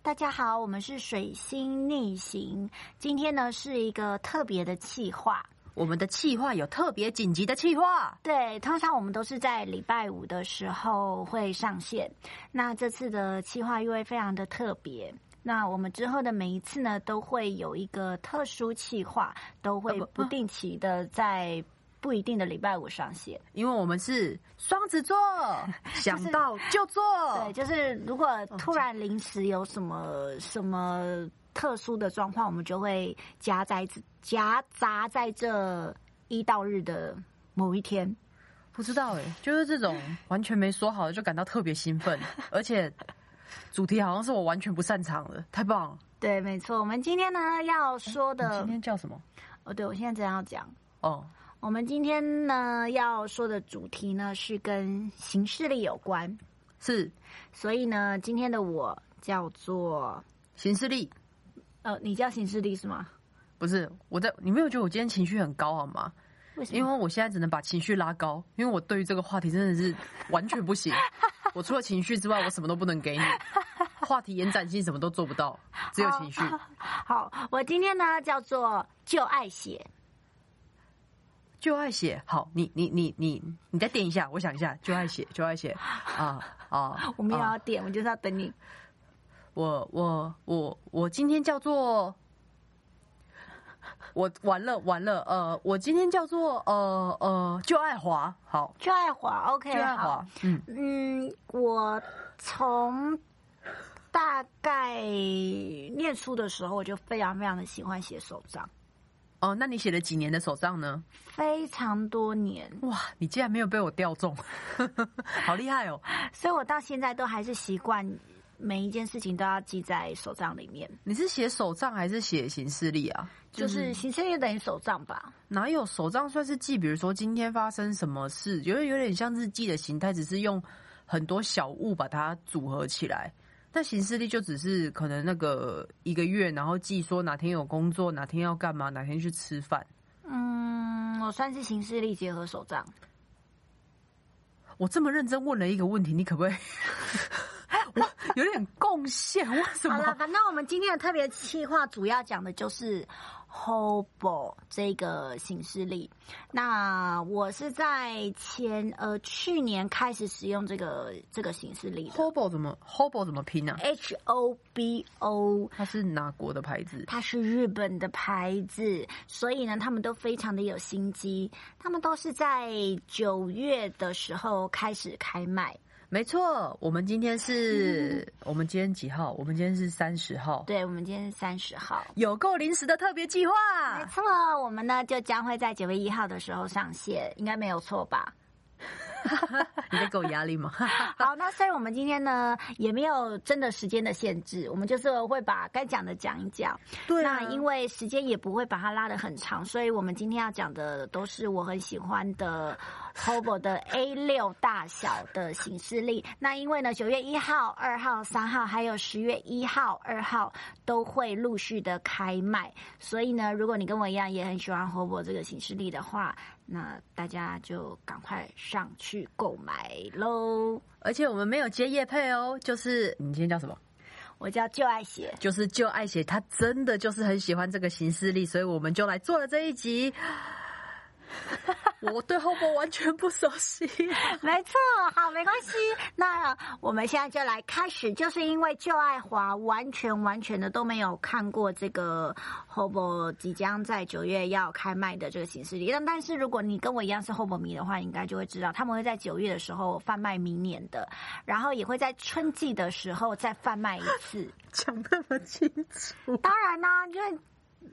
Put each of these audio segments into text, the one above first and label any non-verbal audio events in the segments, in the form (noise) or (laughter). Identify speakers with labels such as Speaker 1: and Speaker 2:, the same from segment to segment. Speaker 1: 大家好，我们是水星逆行，今天呢是一个特别的企划。
Speaker 2: 我们的企划有特别紧急的企划，
Speaker 1: 对，通常我们都是在礼拜五的时候会上线。那这次的企划因为非常的特别，那我们之后的每一次呢，都会有一个特殊企划，都会
Speaker 2: 呃不
Speaker 1: 不定期的在不一定的礼拜五上线。
Speaker 2: 因为我们是双子 (laughs) 座，想到就做。
Speaker 1: 对，就是如果突然临时有什么什么特殊的状况，我们就会夹在夹杂在这一到日的某一天。
Speaker 2: 不知道哎、就是这种完全没说好的就感到特别兴 (laughs) 奋，而且主题好像是我完全不擅长的，太棒了！
Speaker 1: 对，没错。我们今天呢要说
Speaker 2: 你
Speaker 1: 的
Speaker 2: 今，天叫什么？
Speaker 1: 哦，对，我现在正要讲。
Speaker 2: 哦，
Speaker 1: 我们今天呢要说的主题呢是跟行事力有关，
Speaker 2: 是
Speaker 1: 所以呢，今天的我叫做
Speaker 2: 行事力，
Speaker 1: 呃，你叫行事力是吗？
Speaker 2: 不是我在。你没有觉得我今天情绪很高好吗？
Speaker 1: 为什
Speaker 2: 因
Speaker 1: 么？
Speaker 2: 为我现在只能把情绪拉高，因为我对于这个话题真的是完
Speaker 1: (laughs)
Speaker 2: 全不行。我除了情绪之外，我什么都不能给你。话题延展性什么都做不到，只有情绪。
Speaker 1: 啊好，我今天呢叫做就爱写，
Speaker 2: 就爱写，好，你你你你你再点一下，我想一下，就爱写，就爱写，啊啊！
Speaker 1: (laughs) 我没有
Speaker 2: 啊
Speaker 1: 要点，我就是要等你。
Speaker 2: 我我我我今天叫做，我完了完了，呃，我今天叫做呃呃，就爱华，好，
Speaker 1: 就爱华，OK，
Speaker 2: 就爱
Speaker 1: 好
Speaker 2: 华，嗯，
Speaker 1: 嗯，我从大概念书的时候，我就非常非常的喜欢写手账，
Speaker 2: 哦，那你写了几年的手账呢？
Speaker 1: 非常多年，
Speaker 2: 哇，你竟然没有被我调中，好厉害哦！
Speaker 1: 所以我到现在都还是习惯每一件事情都要记在手账里面，
Speaker 2: 你是写手账还是写行事历啊？
Speaker 1: 就是行事历等于手账吧。
Speaker 2: 哪有手账算是记？比如说今天发生什么事，有点有点像日记的形态，只是用很多小物把它组合起来。那行事历就只是可能那个一个月，然后记说哪天有工作，哪天要干嘛，哪天去吃饭。
Speaker 1: 嗯，我算是行事历结合手账，
Speaker 2: 我这么认真问了一个问题，你可不可以？ (laughs) 我有点贡献，为什
Speaker 1: 好啦，
Speaker 2: 么？
Speaker 1: 反正我们今天的特别企划主要讲的就是 Hobo 这个形式力。那我是在前呃去年开始使用这个这个形式力
Speaker 2: Hobo 怎么 Hobo 怎么拼啊？
Speaker 1: H O B O。
Speaker 2: 它是哪国的牌子？
Speaker 1: 它是日本的牌子，所以呢，他们都非常的有心机。他们都是在九月的时候开始开卖，
Speaker 2: 没错，我们今天是，我们今天几号？我们今天是三十号，
Speaker 1: 嗯对我们今天是三十号，
Speaker 2: 有够临时的特别计划。
Speaker 1: 没错，我们呢就将会在九月一号的时候上线，应该没有错吧？
Speaker 2: 你在给我压力
Speaker 1: (laughs)
Speaker 2: 吗？
Speaker 1: 好，那虽然我们今天呢也没有真的时间的限制，我们就是会把该讲的讲一讲。
Speaker 2: 对啊
Speaker 1: 那因为时间也不会把它拉得很长，所以我们今天要讲的都是我很喜欢的 Hobo 的 A 六大小的形式力。那因为呢，九月一号、二号、三号，还有十月一号、二号都会陆续的开卖，所以呢，如果你跟我一样也很喜欢 Hobo 这个形式力的话，那大家就赶快上去购买喽。
Speaker 2: 而且我们没有接叶配哦，就是你今天叫什么？
Speaker 1: 我叫旧爱写，
Speaker 2: (laughs) 就是就爱写，他真的就是很喜欢这个形式力，所以我们就来做了这一集。
Speaker 1: (laughs)
Speaker 2: 我对 Hobo 完全不熟悉，
Speaker 1: 没错，好，没关系。那我们现在就来开始，就是因为旧爱华完全完全的都没有看过这个 Hobo 即将在九月要开卖的这个形式力。但但是如果你跟我一样是 Hobo 迷的话，你应该就会知道，他们会在九月的时候贩卖明年的，然后也会在春季的时候再贩卖一
Speaker 2: (laughs)
Speaker 1: 次。
Speaker 2: 讲那么清楚。
Speaker 1: 当然啦、因为。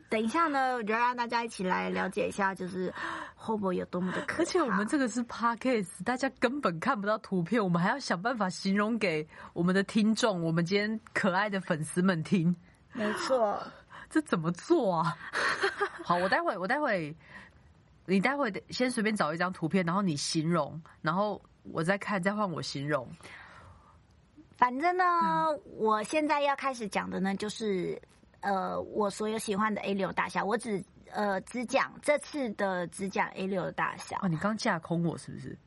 Speaker 1: 等一下呢，我就让大家一起来了解一下，就是 Hobo 有多么的可怕。
Speaker 2: 而且我们这个是 podcast，大家根本看不到图片，我们还要想办法形容给我们的听众，我们今天可爱的粉丝们听，
Speaker 1: 没错，
Speaker 2: 这怎么做啊？好，我待会我待会，你待会先随便找一张图片，然后你形容，然后我再看，再换我形容。
Speaker 1: 反正呢，我现在要开始讲的呢，就是呃，我所有喜欢的 A 六大小，我只呃只讲这次的只讲 A 六的大小
Speaker 2: 哦啊，。你刚架空我是不是？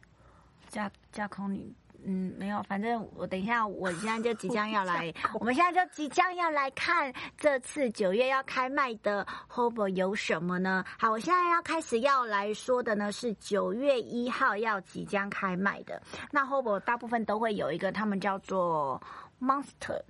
Speaker 1: 架架空你，嗯，没有，反正我等一下，我现在就即将要
Speaker 2: (laughs)
Speaker 1: 来，我们现在就即将要来看这次九月要开卖的 Hobo 有什么呢？好，我现在要开始要来说的呢是九月一号要即将开卖的。那 Hobo 大部分都会有一个，他们叫做 Monster，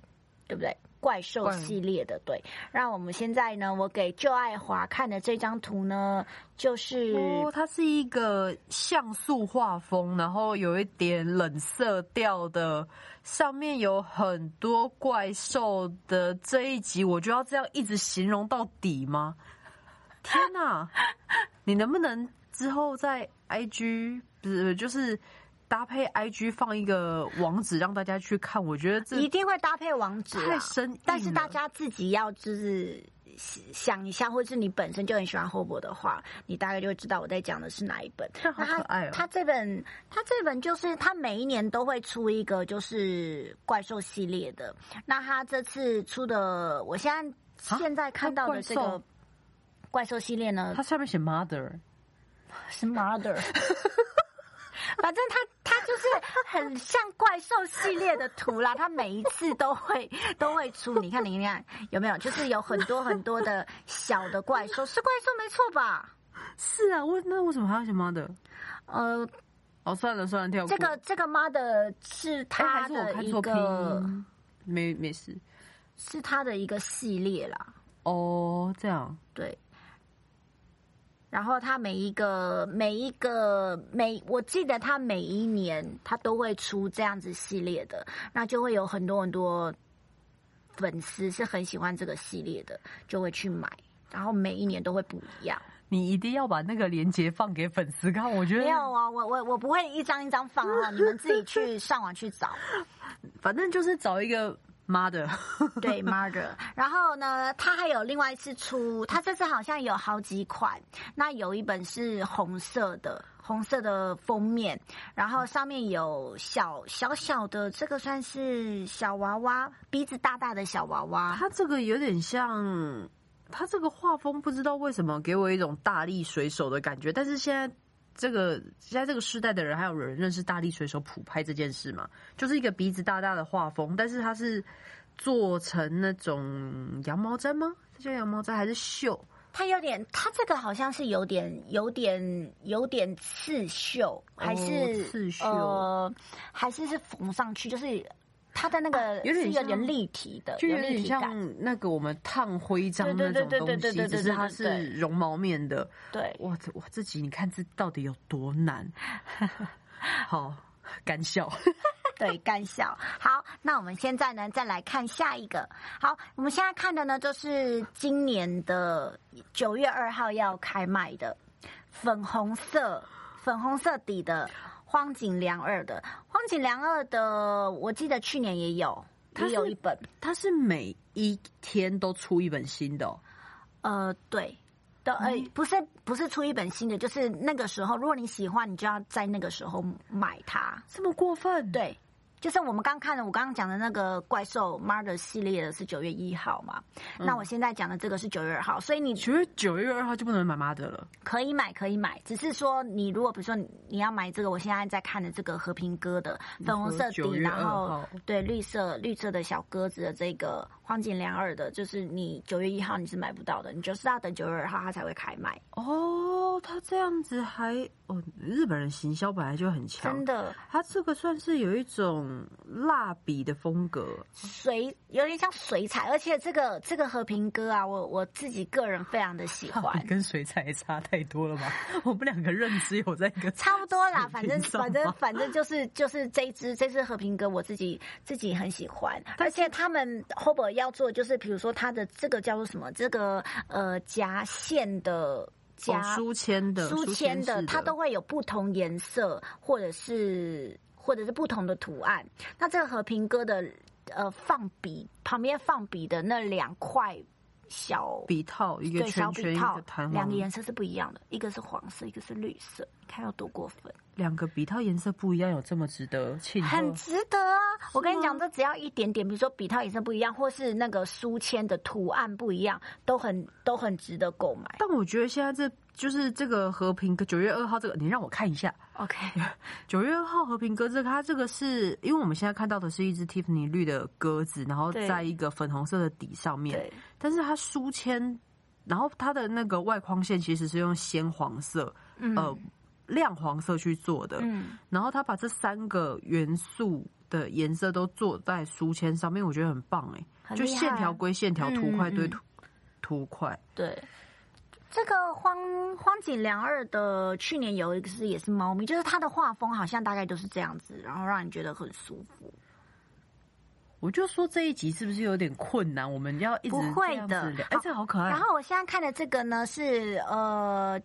Speaker 1: 对不对？怪兽
Speaker 2: 怪
Speaker 1: 系列的，对。那我们现在呢，我给旧爱华看的这张图呢，就是
Speaker 2: 哦，它是一个像素画风，然后有一点冷色调的，上面有很多怪兽的这一集，我就要这样一直形容到底 (laughs) 吗？天哪、你能不能之后在 IG 不是就是搭配 IG 放一个网址让大家去看？我觉得这
Speaker 1: 一定会搭配啊网址
Speaker 2: 太
Speaker 1: 啦
Speaker 2: 生硬了，
Speaker 1: 但是大家自己要就是想一下，或是你本身就很喜欢 Hobo 的话，你大概就会知道我在讲的是哪一本。
Speaker 2: (laughs) 好可爱哦
Speaker 1: 他这本，他这本就是他每一年都会出一个就是怪兽系列的。那他这次出的，我现在
Speaker 2: 啊
Speaker 1: 现在看到的这
Speaker 2: 怪
Speaker 1: 个
Speaker 2: 兽
Speaker 1: 怪兽系列呢
Speaker 2: 它，下面写 mother，
Speaker 1: 是
Speaker 2: (laughs)
Speaker 1: Mother。反正它它就是很像怪兽系列的图啦，它每一次都会 (laughs) 都会出。你看，你看有没有？就是有很多很多的小的怪兽，是怪兽没错吧？
Speaker 2: 是啊，为那为什么还要写 mother？
Speaker 1: 呃，
Speaker 2: 哦，算了算了，跳
Speaker 1: 这
Speaker 2: 过
Speaker 1: 个这个 Mother 是
Speaker 2: 哎，
Speaker 1: 它
Speaker 2: 还是我
Speaker 1: 的
Speaker 2: 看
Speaker 1: 一
Speaker 2: 错拼
Speaker 1: 个
Speaker 2: 音，没没事。
Speaker 1: 是它的一个系列啦，
Speaker 2: 哦，这样
Speaker 1: 对。然后它每一个每一个每，我记得它每一年它都会出这样子系列的，那就会有很多很多粉丝是很喜欢这个系列的，就会去买。然后每一年都会不一样，
Speaker 2: 你一定要把那个链接放给粉丝看，我觉
Speaker 1: 没有
Speaker 2: 得
Speaker 1: 啊，我我我不会一张一张放啊，你们自己去上网去找。
Speaker 2: 反正就是找一个妈 (laughs) 的，
Speaker 1: 对 Margaret。然后呢，它还有另外一次出，它这次好像有好几款。那有一本是红色的，红色的封面，然后上面有小小小的，这个算是小娃娃，鼻子大大的小娃娃。
Speaker 2: 它这个有点像，它这个画风不知道为什么给我一种大力水手的感觉，但是现在。这个现在这个时代的人，还有人认识大力水手普拍这件事吗？就是一个鼻子大大的画风，但是它是做成那种羊毛毡吗？这叫羊毛毡还是绣？
Speaker 1: 它有点，它这个好像是有点、有点、有点刺绣，还是、
Speaker 2: 哦刺绣
Speaker 1: 呃，还是是缝上去，就是它的那个
Speaker 2: 啊有点
Speaker 1: 是有
Speaker 2: 像
Speaker 1: 点立体的，
Speaker 2: 就有
Speaker 1: 立
Speaker 2: 点
Speaker 1: 体感。
Speaker 2: 像那个我们烫徽章
Speaker 1: 对
Speaker 2: 那
Speaker 1: 对
Speaker 2: 种
Speaker 1: 对对
Speaker 2: 东
Speaker 1: 对对对
Speaker 2: 西，只
Speaker 1: 对
Speaker 2: 是
Speaker 1: 对
Speaker 2: 它
Speaker 1: 对
Speaker 2: 是绒毛面的。
Speaker 1: 对，
Speaker 2: 哇，这哇这集你看这到底有多 (laughs) 难？好，干 (laughs) 笑。
Speaker 1: 对，干笑。好，那我们现在呢，再来看下一个。好，我们现在看的呢，就是今年的九月二号要开卖的粉红色、粉红色底的荒井良二的。荒井良二的，我记得去年也有，
Speaker 2: 它
Speaker 1: 也
Speaker 2: 是
Speaker 1: 有一本。
Speaker 2: 它是每一天都出一本新的、哦，
Speaker 1: 呃，对。的，呃，不是不是出一本新的，就是那个时候，如果你喜欢，你就要在那个时候买它。
Speaker 2: 这么过分？，
Speaker 1: 对，就是我们刚看的，我刚刚讲的那个怪兽 Mother 系列的是九月一号嘛，
Speaker 2: 嗯
Speaker 1: 那我现在讲的这个是九月二号，所以你
Speaker 2: 其实九月二号就不能买妈的了。
Speaker 1: 可以买，可以买，只是说你如果比如说你你要买这个，我现在在看的这个和平鸽的粉红色
Speaker 2: 9
Speaker 1: 底，
Speaker 2: 嗯月2
Speaker 1: 然后
Speaker 2: 号
Speaker 1: 对绿色绿色的小鸽子的这个荒井良二的，就是你九月一号你是买不到的，你就是要等九月二号它才会开卖，
Speaker 2: 哦，他这样子还哦，日本人行销本来就很强
Speaker 1: 真，的
Speaker 2: 他这个算是有一种蜡笔的风格，。
Speaker 1: 水有点像水彩，而且这个这个和平鸽啊，我我自己个人非常的喜欢
Speaker 2: 跟水彩差太多了吧？ (laughs) 我们两个认知有在一个
Speaker 1: 差不多
Speaker 2: (laughs)
Speaker 1: 啦，反正
Speaker 2: 平上
Speaker 1: 反正
Speaker 2: 吗
Speaker 1: 反正就是就是这一支这支和平鸽，我自己自己很喜欢，而且他们 Hobo 要做就是，比如说它的这个叫做什么，这个呃夹线的
Speaker 2: 哦
Speaker 1: 夹
Speaker 2: 书签的
Speaker 1: 书签
Speaker 2: 式
Speaker 1: 的，它都会有不同颜色或者是或者是不同的图案。那这个和平鸽的呃放笔旁边放笔的那两块小
Speaker 2: 笔套一个
Speaker 1: 对小
Speaker 2: 圈圈
Speaker 1: 笔
Speaker 2: 一
Speaker 1: 套
Speaker 2: 个弹簧，
Speaker 1: 两个颜色是不一样的，一个是黄色，一个是绿色，你看有多过分。
Speaker 2: 两个笔套颜色不一样，有这么值得庆
Speaker 1: 很
Speaker 2: 贺？
Speaker 1: 值得啊！我跟你讲，这只要一点点，比如说笔套颜色不一样，或是那个书签的图案不一样，都很都很值得购买。
Speaker 2: 但我觉得现在这就是这个和平鸽，九月二号这个，你让我看一下，
Speaker 1: OK，
Speaker 2: 九月二号和平鸽这个，它这个是因为我们现在看到的是一只 Tiffany 绿的鸽子，然后
Speaker 1: 对
Speaker 2: 在一个粉红色的底上面，
Speaker 1: 对，
Speaker 2: 但是它书签，然后它的那个外框线其实是用鲜黄色，
Speaker 1: 嗯
Speaker 2: 呃，亮黄色去做的，
Speaker 1: 嗯，
Speaker 2: 然后他把这三个元素的颜色都做在书签上面，我觉得很棒哎、
Speaker 1: 很
Speaker 2: 就
Speaker 1: 厉害
Speaker 2: 线条归线条，
Speaker 1: 嗯
Speaker 2: 图块对
Speaker 1: 嗯
Speaker 2: 图图块。
Speaker 1: 对。这个荒荒井良二的去年有一个是也是猫咪，就是他的画风好像大概都是这样子，然后让你觉得很舒服。
Speaker 2: 我就说这一集是不是有点困难？我们要一直
Speaker 1: 不会
Speaker 2: 这样
Speaker 1: 的
Speaker 2: 子聊哎、
Speaker 1: 好
Speaker 2: 这好可爱。
Speaker 1: 然后我现在看的这个呢是呃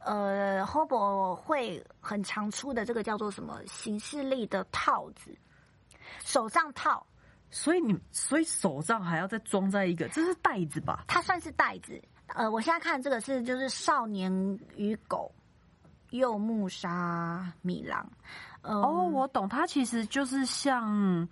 Speaker 1: 呃 Hobo 会很常出的这个叫做什么形式力的套子，手上套，
Speaker 2: 所以你所以手上还要再装在一个，这是袋子吧？
Speaker 1: 它算是袋子。呃，我现在看这个是就是少年与狗，柚木沙米郎。呃、
Speaker 2: 哦，我懂，它其实就是像，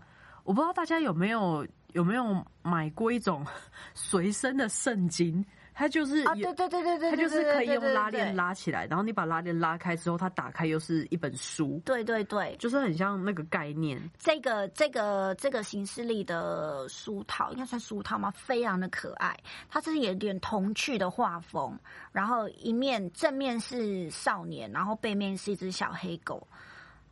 Speaker 2: 我不知道大家有没有有没有买过一种 (laughs) 随身的圣经，它就是
Speaker 1: 啊，
Speaker 2: 有
Speaker 1: 对对对对对，
Speaker 2: 它就是可以用拉链
Speaker 1: 拉。
Speaker 2: 拉起来，然后你把拉链拉开之后，它打开又是一本书，
Speaker 1: 对对对，
Speaker 2: 就是很像那个概念。
Speaker 1: 这个这个这个形式力的书套，应该算书套吗？非常的可爱，它是有点童趣的画风，然后一面正面是少年，然后背面是一只小黑狗，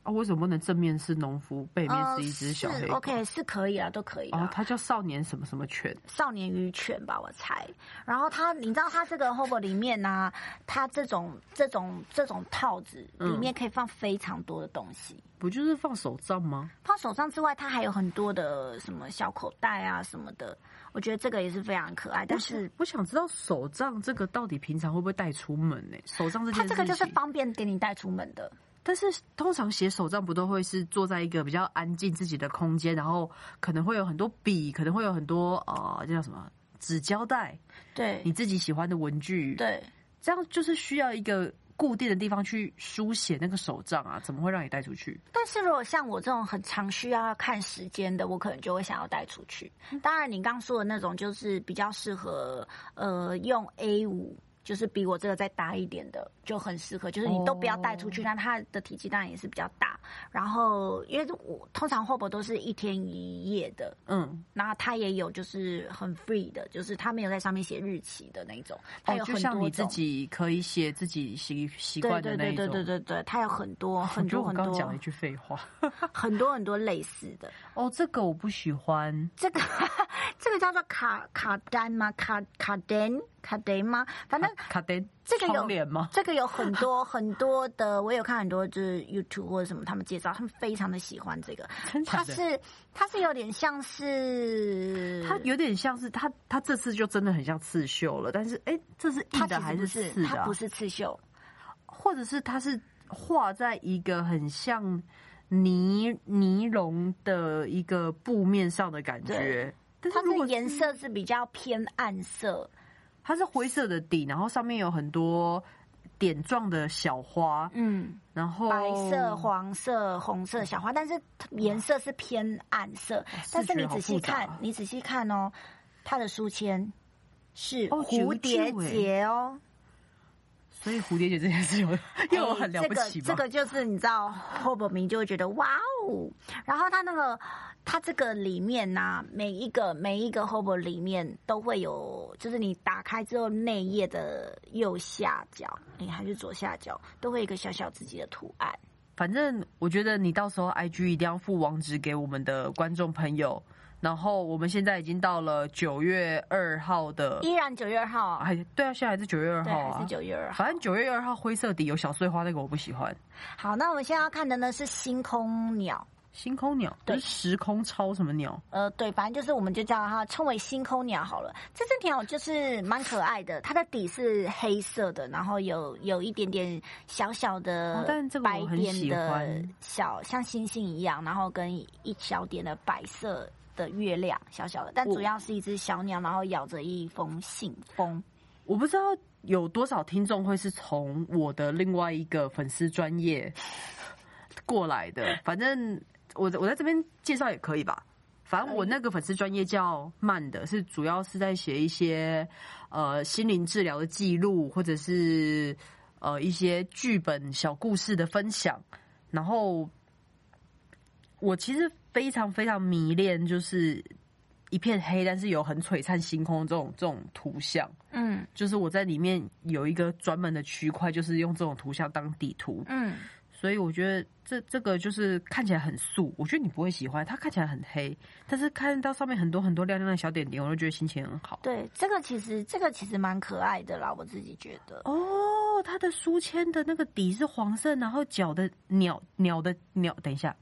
Speaker 2: 啊，为什么不能正面是农夫，背面
Speaker 1: 呃
Speaker 2: 是一只小黑
Speaker 1: 是
Speaker 2: 狗？
Speaker 1: OK 是可以啊，都可以啊。
Speaker 2: 哦，它叫少年什么什么犬，
Speaker 1: 少年与犬吧，我猜。然后它，你知道它这个 hobo 里面呢、它这种这种这种套子
Speaker 2: 嗯
Speaker 1: 里面可以放非常多的东西，
Speaker 2: 不就是放手杖吗？
Speaker 1: 放手上之外，它还有很多的什么小口袋啊什么的。我觉得这个也是非常可爱，但是
Speaker 2: 我想知道手杖这个到底平常会不会带出门呢、手杖这件
Speaker 1: 它
Speaker 2: 事
Speaker 1: 这
Speaker 2: 情，
Speaker 1: 个就是方便给你带出门的。
Speaker 2: 但是通常写手账不都会是坐在一个比较安静自己的空间，然后可能会有很多笔，可能会有很多呃，这叫什么纸胶带，
Speaker 1: 对
Speaker 2: 你自己喜欢的文具，
Speaker 1: 对，
Speaker 2: 这样就是需要一个固定的地方去书写那个手账啊，怎么会让你带出去？
Speaker 1: 但是如果像我这种很常需要要看时间的，我可能就会想要带出去。当然，你刚说的那种就是比较适合呃用 A 五。就是比我这个再大一点的就很适合，就是你都不要带出去，那它的体积当然也是比较大。然后，因为我通常 hobo 都是一天一夜的，
Speaker 2: 嗯，
Speaker 1: 然后它也有就是很 free 的，就是它没有在上面写日期的那一种，它
Speaker 2: 哦
Speaker 1: 有，
Speaker 2: 就
Speaker 1: 很
Speaker 2: 像
Speaker 1: 多
Speaker 2: 你自
Speaker 1: 种。
Speaker 2: 己可以写自己习习
Speaker 1: 对
Speaker 2: 惯
Speaker 1: 对
Speaker 2: 的那
Speaker 1: 对
Speaker 2: 一种。哦
Speaker 1: 对对对对，它有很多很
Speaker 2: 我觉
Speaker 1: 多
Speaker 2: 得我
Speaker 1: 很
Speaker 2: 刚
Speaker 1: (laughs)
Speaker 2: 讲了一
Speaker 1: 多
Speaker 2: 句废 (laughs) 话。
Speaker 1: 很多很多类似的，
Speaker 2: 哦，这个我不喜欢。
Speaker 1: 这个 (laughs) 这个叫做卡卡丹吗？卡卡丹卡丹吗？反正
Speaker 2: 卡丹
Speaker 1: 这个有
Speaker 2: 窗帘 (laughs) 吗？
Speaker 1: 这个有很多很多的，我有看很多就是 YouTube 或者什么他们介绍，他们非常的喜欢这个。
Speaker 2: 真
Speaker 1: 它
Speaker 2: (laughs) 假的？
Speaker 1: 是它是有点像是
Speaker 2: 它有点像是它，它这次就真的很像刺绣了。但是，哎、这是
Speaker 1: 它
Speaker 2: 硬
Speaker 1: 其
Speaker 2: 的
Speaker 1: 实不是
Speaker 2: 还刺的、
Speaker 1: 它
Speaker 2: 啊？
Speaker 1: 不是刺绣，
Speaker 2: 或者是它是画在一个很像呢呢绒的一个布面上的感觉
Speaker 1: 对。
Speaker 2: 但是
Speaker 1: 它
Speaker 2: 如果
Speaker 1: 的颜色是比较偏暗色，
Speaker 2: 它是灰色的底，然后上面有很多点状的小花，
Speaker 1: 嗯，
Speaker 2: 然后
Speaker 1: 白
Speaker 2: 哦
Speaker 1: 色、黄色、红色小花，但是颜色是偏暗色。但是你仔细
Speaker 2: 视觉好复
Speaker 1: 看
Speaker 2: 杂啊，
Speaker 1: 你仔细看哦，它的书签是
Speaker 2: 哦
Speaker 1: 蝴蝶
Speaker 2: 啾啾欸
Speaker 1: 结哦，
Speaker 2: 所以蝴蝶结这件事有 (laughs) 又有很了不起吗？
Speaker 1: 哎这个这个就是你知道，后本名就会觉得哇哦。然后它那个它这个里面呢、每一个每一个后本里面都会有，就是你打开之后内页的右下角，哎、还是左下角，都会有一个小小自己的图案。
Speaker 2: 反正我觉得你到时候 IG 一定要附网址给我们的观众朋友。然后我们现在已经到了九月二号的，
Speaker 1: 依然九月二号啊，
Speaker 2: 哎，对啊，现在还是九月二
Speaker 1: 对，
Speaker 2: 号
Speaker 1: 还
Speaker 2: 啊
Speaker 1: 是。九月二号。
Speaker 2: 反正九月二号灰色底有小碎花那个我不喜欢，
Speaker 1: 好，那我们现在要看的呢是星空鸟，
Speaker 2: 星空鸟，
Speaker 1: 对
Speaker 2: 不是时空超什么鸟？
Speaker 1: 呃，对，反正就是我们就叫它称为星空鸟好了。这只鸟就是蛮可爱的，它的底是黑色的，然后有有一点点小小的
Speaker 2: 哦但这个
Speaker 1: 白
Speaker 2: 我很
Speaker 1: 点
Speaker 2: 喜
Speaker 1: 的
Speaker 2: 欢
Speaker 1: 小，像星星一样，然后跟一小点的白色。的月亮小小的，但
Speaker 2: 我
Speaker 1: 主要是一只小鸟，然后咬着一封信封。
Speaker 2: 我不知道有多少听众会是从我的另外一个粉丝专业过来的，反正我我在这边介绍也可以吧。反正我那个粉丝专业叫慢的，是主要是在写一些呃心灵治疗的记录，或者是呃一些剧本小故事的分享。然后我其实非常非常迷恋，就是一片黑，但是有很璀璨星空这种这种图像。
Speaker 1: 嗯
Speaker 2: 就是我在里面有一个专门的区块，就是用这种图像当底图，
Speaker 1: 嗯
Speaker 2: 所以我觉得这这个就是看起来很素，我觉得你不会喜欢，它看起来很黑，但是看到上面很多很多亮亮的小点点，我就觉得心情很好。
Speaker 1: 对，这个其实这个其实蛮可爱的啦，我自己觉得。
Speaker 2: 哦，它的书签的那个底是黄色，然后脚的鸟鸟的鸟，等一下，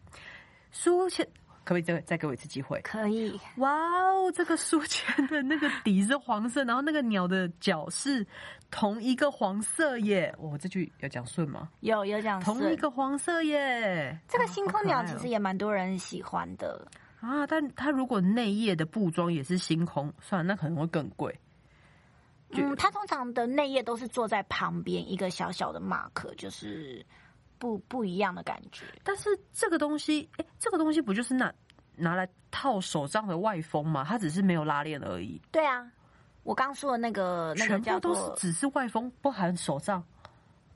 Speaker 2: 书签可不可以再再给我一次机会？
Speaker 1: 可以，
Speaker 2: 哇哦，这个书签的那个底是黄色，然后那个鸟的脚是同一个黄色耶。我、哦这句有讲顺吗？
Speaker 1: 有有讲
Speaker 2: 同一个黄色耶。
Speaker 1: 啊这个星空鸟
Speaker 2: 好可爱
Speaker 1: 其
Speaker 2: 哦
Speaker 1: 实也蛮多人喜欢的，
Speaker 2: 啊，但它如果内页的布装也是星空，算了，那可能会更贵。就
Speaker 1: 嗯，它通常的内页都是坐在旁边一个小小的 mark，就是不不一样的感觉。
Speaker 2: 但是这个东西，哎、这个东西不就是拿拿来套手杖的外封吗？它只是没有拉链而已，
Speaker 1: 对啊，我刚说的那个那个
Speaker 2: 全
Speaker 1: 叫
Speaker 2: 部
Speaker 1: 做
Speaker 2: 都是只是外封，不含手杖。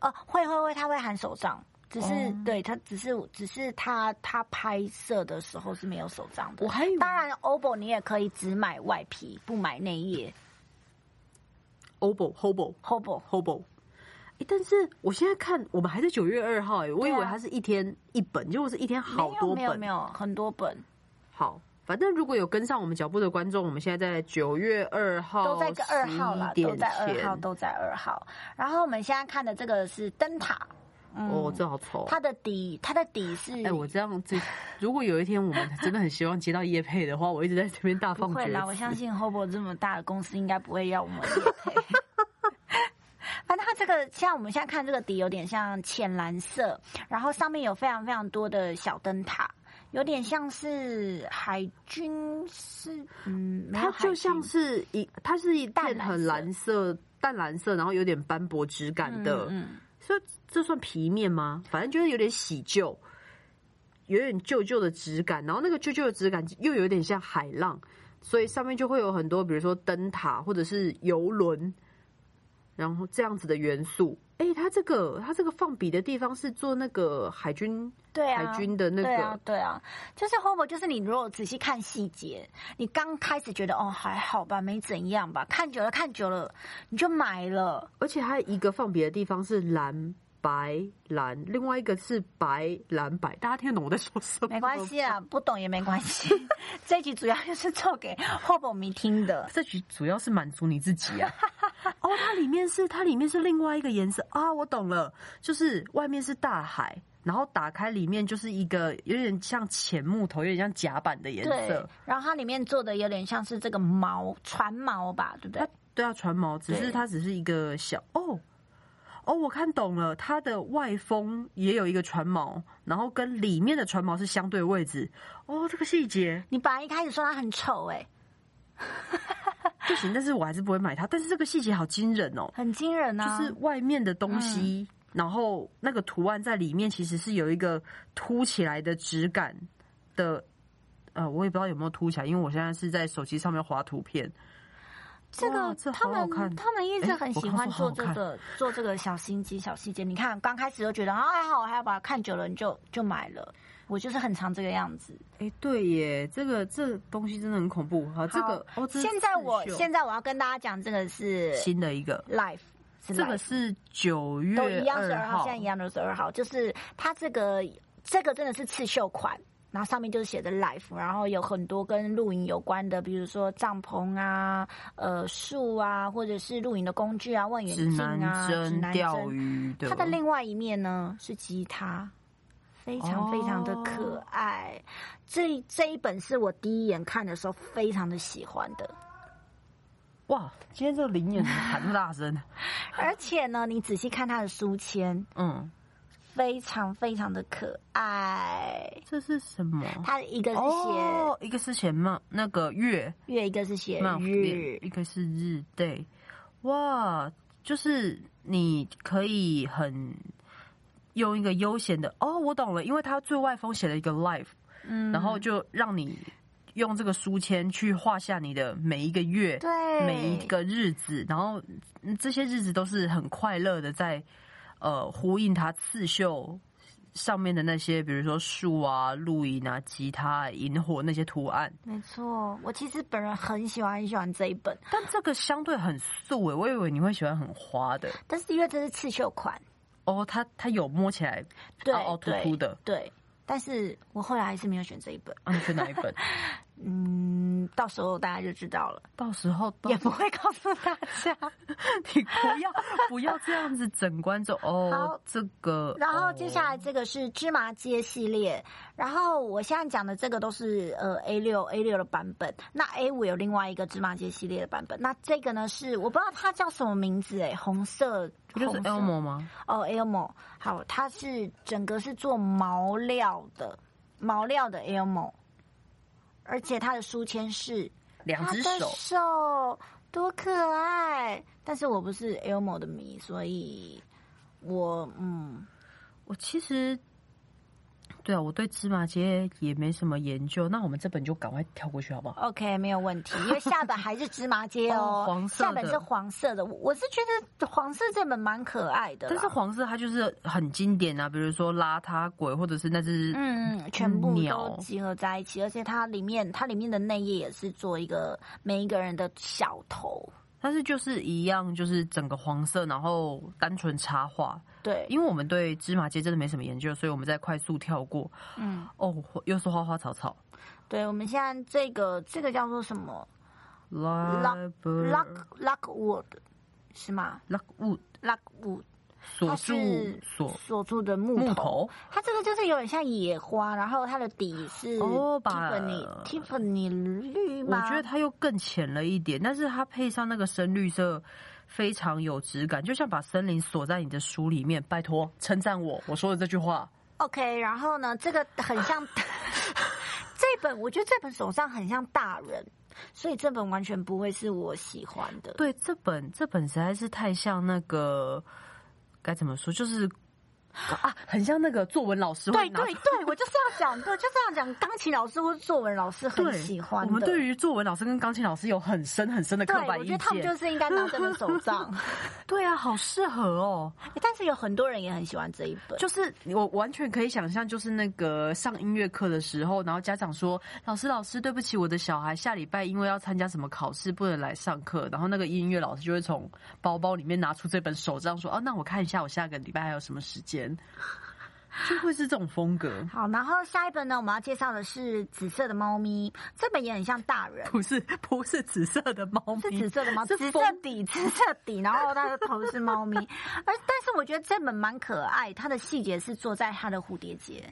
Speaker 1: 哦，会会会，它会含手杖。只是、
Speaker 2: 哦
Speaker 1: 对它，只是只是它它拍摄的时候是没有手杖的
Speaker 2: 我。还以为
Speaker 1: 当然，OBO 你也可以只买外皮，不买内页。
Speaker 2: hobo hobo
Speaker 1: OBO
Speaker 2: hobo。哎、但是我现在看，我们还是九月二号、哎，我以
Speaker 1: 对啊
Speaker 2: 为它是一天一本，结果是一天好多
Speaker 1: 没有没有
Speaker 2: 本
Speaker 1: 没。有很多本，
Speaker 2: 好，反正如果有跟上我们脚步的观众，我们现在在九月二号
Speaker 1: 都在个二号啦，
Speaker 2: 11点
Speaker 1: 都在二号，
Speaker 2: 前
Speaker 1: 都在二号。然后我们现在看的这个是灯塔，嗯
Speaker 2: 哦，这好丑。
Speaker 1: 它的底，它的底是
Speaker 2: 哎、我这样子，如果有一天我们真的很希望接到叶配的话，我一直在这边大
Speaker 1: 不
Speaker 2: 放
Speaker 1: 会
Speaker 2: 厥
Speaker 1: 啦，我
Speaker 2: 词
Speaker 1: 相信 Hobo 这么大的公司应该不会要我们业配。 (laughs) 反正它这个，像我们现在看这个底有点像浅蓝色，然后上面有非常非常多的小灯塔，有点像是海军是嗯，没有
Speaker 2: 它
Speaker 1: 海
Speaker 2: 就
Speaker 1: 军
Speaker 2: 像是一，它是一
Speaker 1: 淡
Speaker 2: 片
Speaker 1: 蓝
Speaker 2: 很
Speaker 1: 色
Speaker 2: 蓝色、淡蓝色，然后有点斑驳质感的，
Speaker 1: 嗯嗯
Speaker 2: 所以这算皮面吗？反正就是有点洗旧，有点旧旧的质感，然后那个旧旧的质感又有点像海浪，所以上面就会有很多，比如说灯塔或者是游轮，然后这样子的元素。哎、它这个它这个放笔的地方是做那个海军
Speaker 1: 对啊，
Speaker 2: 海军的那个
Speaker 1: 对啊，对啊，就是 hobo，就是你如果仔细看细节，你刚开始觉得哦还好吧，没怎样吧，看久了看久了你就买了，
Speaker 2: 而且它一个放别的地方是蓝白蓝，另外一个是白蓝白，大家听得懂我在说什么？
Speaker 1: 没关。系啊，不懂也没关 (laughs) 系。这一集主要就是做给 hobo 迷听的，
Speaker 2: 这局主要是满足你自己啊。 (laughs) 哦，它里面是它里面是另外一个颜色啊，我懂了，就是外面是大海，然后打开里面就是一个有点像浅木头，有点像甲板的颜
Speaker 1: 对
Speaker 2: 色。。
Speaker 1: 然后它里面做的有点像是这个毛船毛吧，对不对
Speaker 2: 它？对啊，船锚只
Speaker 1: 对
Speaker 2: 是它只是一个小哦哦，我看懂了，它的外封也有一个船锚，然后跟里面的船锚是相对位置。哦，这个细节
Speaker 1: 你本来一开始说它很丑、哎，
Speaker 2: 不行，但是我还是不会买它。但是这个细节好惊人哦，
Speaker 1: 很惊人啊！
Speaker 2: 就是外面的东西，然后那个图案在里面其实是有一个凸起来的质感的。呃，我也不知道有没有凸起来，因为我现在是在手机上面滑图片。
Speaker 1: 这
Speaker 2: 哇
Speaker 1: 个
Speaker 2: 这
Speaker 1: 他
Speaker 2: 好好
Speaker 1: 们
Speaker 2: 看
Speaker 1: 他们一直
Speaker 2: 哎
Speaker 1: 很
Speaker 2: 我
Speaker 1: 喜
Speaker 2: 刚
Speaker 1: 欢
Speaker 2: 说好
Speaker 1: 做
Speaker 2: 好
Speaker 1: 这
Speaker 2: 看
Speaker 1: 个做这个小心机小细节。你看刚开始就觉得啊还好还好吧，看久了你就就买了。我就是很常这个样子。
Speaker 2: 哎、对耶，这个这东西真的很恐怖。好，这个哦，这是
Speaker 1: 现在我
Speaker 2: 刺绣
Speaker 1: 现在我要跟大家讲这个是
Speaker 2: 新的一个，
Speaker 1: life，是
Speaker 2: 这个
Speaker 1: life，
Speaker 2: 是九月
Speaker 1: 都一样是
Speaker 2: 二
Speaker 1: 二号，现在一样都是二号，就是它这个这个真的是刺绣款。然后上面就是写着 life，然后有很多跟露营有关的，比如说帐篷啊、呃树啊，或者是露营的工具啊、望远
Speaker 2: 指
Speaker 1: 镜
Speaker 2: 南
Speaker 1: 啊、指
Speaker 2: 针、
Speaker 1: 南
Speaker 2: 钓
Speaker 1: 针
Speaker 2: 鱼的。
Speaker 1: 它的另外一面呢是吉他，非常
Speaker 2: 哦
Speaker 1: 非常的可爱。这这一本是我第一眼看的时候非常的喜欢的，
Speaker 2: 哇，今天这个灵眼怎么喊那么大声？
Speaker 1: 而且呢，你仔细看它的书签，
Speaker 2: 嗯，
Speaker 1: 非常非常的可爱。
Speaker 2: 这是什么？
Speaker 1: (laughs) 它一个是写
Speaker 2: 哦，一个是写嘛那个月，
Speaker 1: 月，一个是写
Speaker 2: 那
Speaker 1: 日，
Speaker 2: 一个是日 day，哇，就是你可以很用一个悠闲的哦，我懂了，因为它最外封写了一个 life，、
Speaker 1: 嗯
Speaker 2: 然后就让你用这个书签去画下你的每一个月、
Speaker 1: 对
Speaker 2: 每一个日子，然后嗯这些日子都是很快乐的在，呃呼应它刺绣上面的那些，比如说树啊、露营啊、吉他、萤火那些图案。
Speaker 1: 没错，我其实本人很喜欢很喜欢这一本，
Speaker 2: 但这个相对很素诶、我以为你会喜欢很花的
Speaker 1: 但是因为这是刺绣款，
Speaker 2: 哦，它它有摸起来
Speaker 1: 对，
Speaker 2: 凹凹凸
Speaker 1: 对
Speaker 2: 凸的，
Speaker 1: 对。但是我后来还是没有选这一本，
Speaker 2: 啊，你选哪一本？
Speaker 1: 嗯，到时候大家就知道了，
Speaker 2: (laughs) 到时候到
Speaker 1: 也不会告诉大家。
Speaker 2: 你不要不要这样子整观众哦
Speaker 1: 好，
Speaker 2: 这个。哦
Speaker 1: 然后接下
Speaker 2: 来、
Speaker 1: 来这个是芝麻街系列，然后我现在讲的这个都是呃 A 六 A 六的版本，那 A 五有另外一个芝麻街系列的版本，那这个呢是我不知道它叫什么名字哎，红色，
Speaker 2: 不就是
Speaker 1: 红色
Speaker 2: Elmo 吗？
Speaker 1: 哦，Elmo，好，它是整个是做毛料的，毛料的 Elmo，而且它的书签是
Speaker 2: 两
Speaker 1: 它
Speaker 2: 只
Speaker 1: 的
Speaker 2: 手，
Speaker 1: 手多可爱。但是我不是 Elmo 的迷，所以我嗯，
Speaker 2: 我其实对啊，我对芝麻街也没什么研究。那我们这本就赶快跳过去好不好？
Speaker 1: OK，没有问题，因为下本还是芝麻街哦，
Speaker 2: 哦 (laughs) 黄色的
Speaker 1: 下本是黄色的，我我是觉得黄色这本蛮可爱的啦，
Speaker 2: 但是黄色它就是很经典啊，比如说邋遢鬼，或者是那只
Speaker 1: 嗯，嗯全部
Speaker 2: 鸟
Speaker 1: 都集合在一起，而且它里面它里面的内页也是做一个每一个人的小头，
Speaker 2: 但是就是一样，就是整个黄色，然后单纯插画。
Speaker 1: 对，
Speaker 2: 因为我们对芝麻街真的没什么研究，所以我们再快速跳过。
Speaker 1: 嗯，
Speaker 2: 哦，又是花花草草
Speaker 1: 对，我们现在这个这个叫做什么
Speaker 2: ，lock 呃
Speaker 1: ？Lock Lockwood 是吗
Speaker 2: lockwood
Speaker 1: ？Lockwood
Speaker 2: 锁
Speaker 1: 它
Speaker 2: 住
Speaker 1: 是
Speaker 2: 锁
Speaker 1: 锁住的木
Speaker 2: 木
Speaker 1: 头。
Speaker 2: 头，
Speaker 1: 它这个就是有点像野花，然后它的底是
Speaker 2: 哦把
Speaker 1: Tiffany Tiffany 绿
Speaker 2: 我
Speaker 1: 吗？
Speaker 2: 觉得它又更浅了一点，但是它配上那个深绿色，非常有质感，就像把森林锁在你的书里面。拜托，称赞我，我说的这句话。
Speaker 1: OK，然后呢，这个很像
Speaker 2: (laughs)
Speaker 1: 这本，我觉得这本手上很像大人，所以这本完全不会是我喜欢的。
Speaker 2: 对，这本这本实在是太像那个该怎么说，就是啊，很像那个作文老师会
Speaker 1: 对
Speaker 2: 拿
Speaker 1: 对对，我就是要讲，对，就是要讲钢琴老师或者作文老师很
Speaker 2: 对
Speaker 1: 喜欢的。
Speaker 2: 我们对于作文老师跟钢琴老师有很深很深的刻
Speaker 1: 对，
Speaker 2: 板
Speaker 1: 我
Speaker 2: 印
Speaker 1: 觉得他们
Speaker 2: 象。
Speaker 1: 就是应该拿这本手
Speaker 2: (laughs)
Speaker 1: 账，
Speaker 2: 对啊，好适合哦。
Speaker 1: 但是有很多人也很喜欢这一本。
Speaker 2: 就是我完全可以想象，就是那个上音乐课的时候，然后家长说：“老师，老师，对不起，我的小孩下礼拜因为要参加什么考试，不能来上课。”然后那个音乐老师就会从包包里面拿出这本手账，说：“哦，那我看一下，我下个礼拜还有什么时间。” (laughs) 就会是这种风格，
Speaker 1: 好，然后下一本呢，我们要介绍的是《紫色的猫咪》，这本也很像大人，
Speaker 2: 不是不是紫色的猫
Speaker 1: 是
Speaker 2: 咪，
Speaker 1: 紫色的吗？
Speaker 2: 是
Speaker 1: 紫色
Speaker 2: 风
Speaker 1: 底，紫色底，然后它的头是猫咪， (laughs) 而但是我觉得这本蛮可爱，它的细节是做在它的蝴蝶结，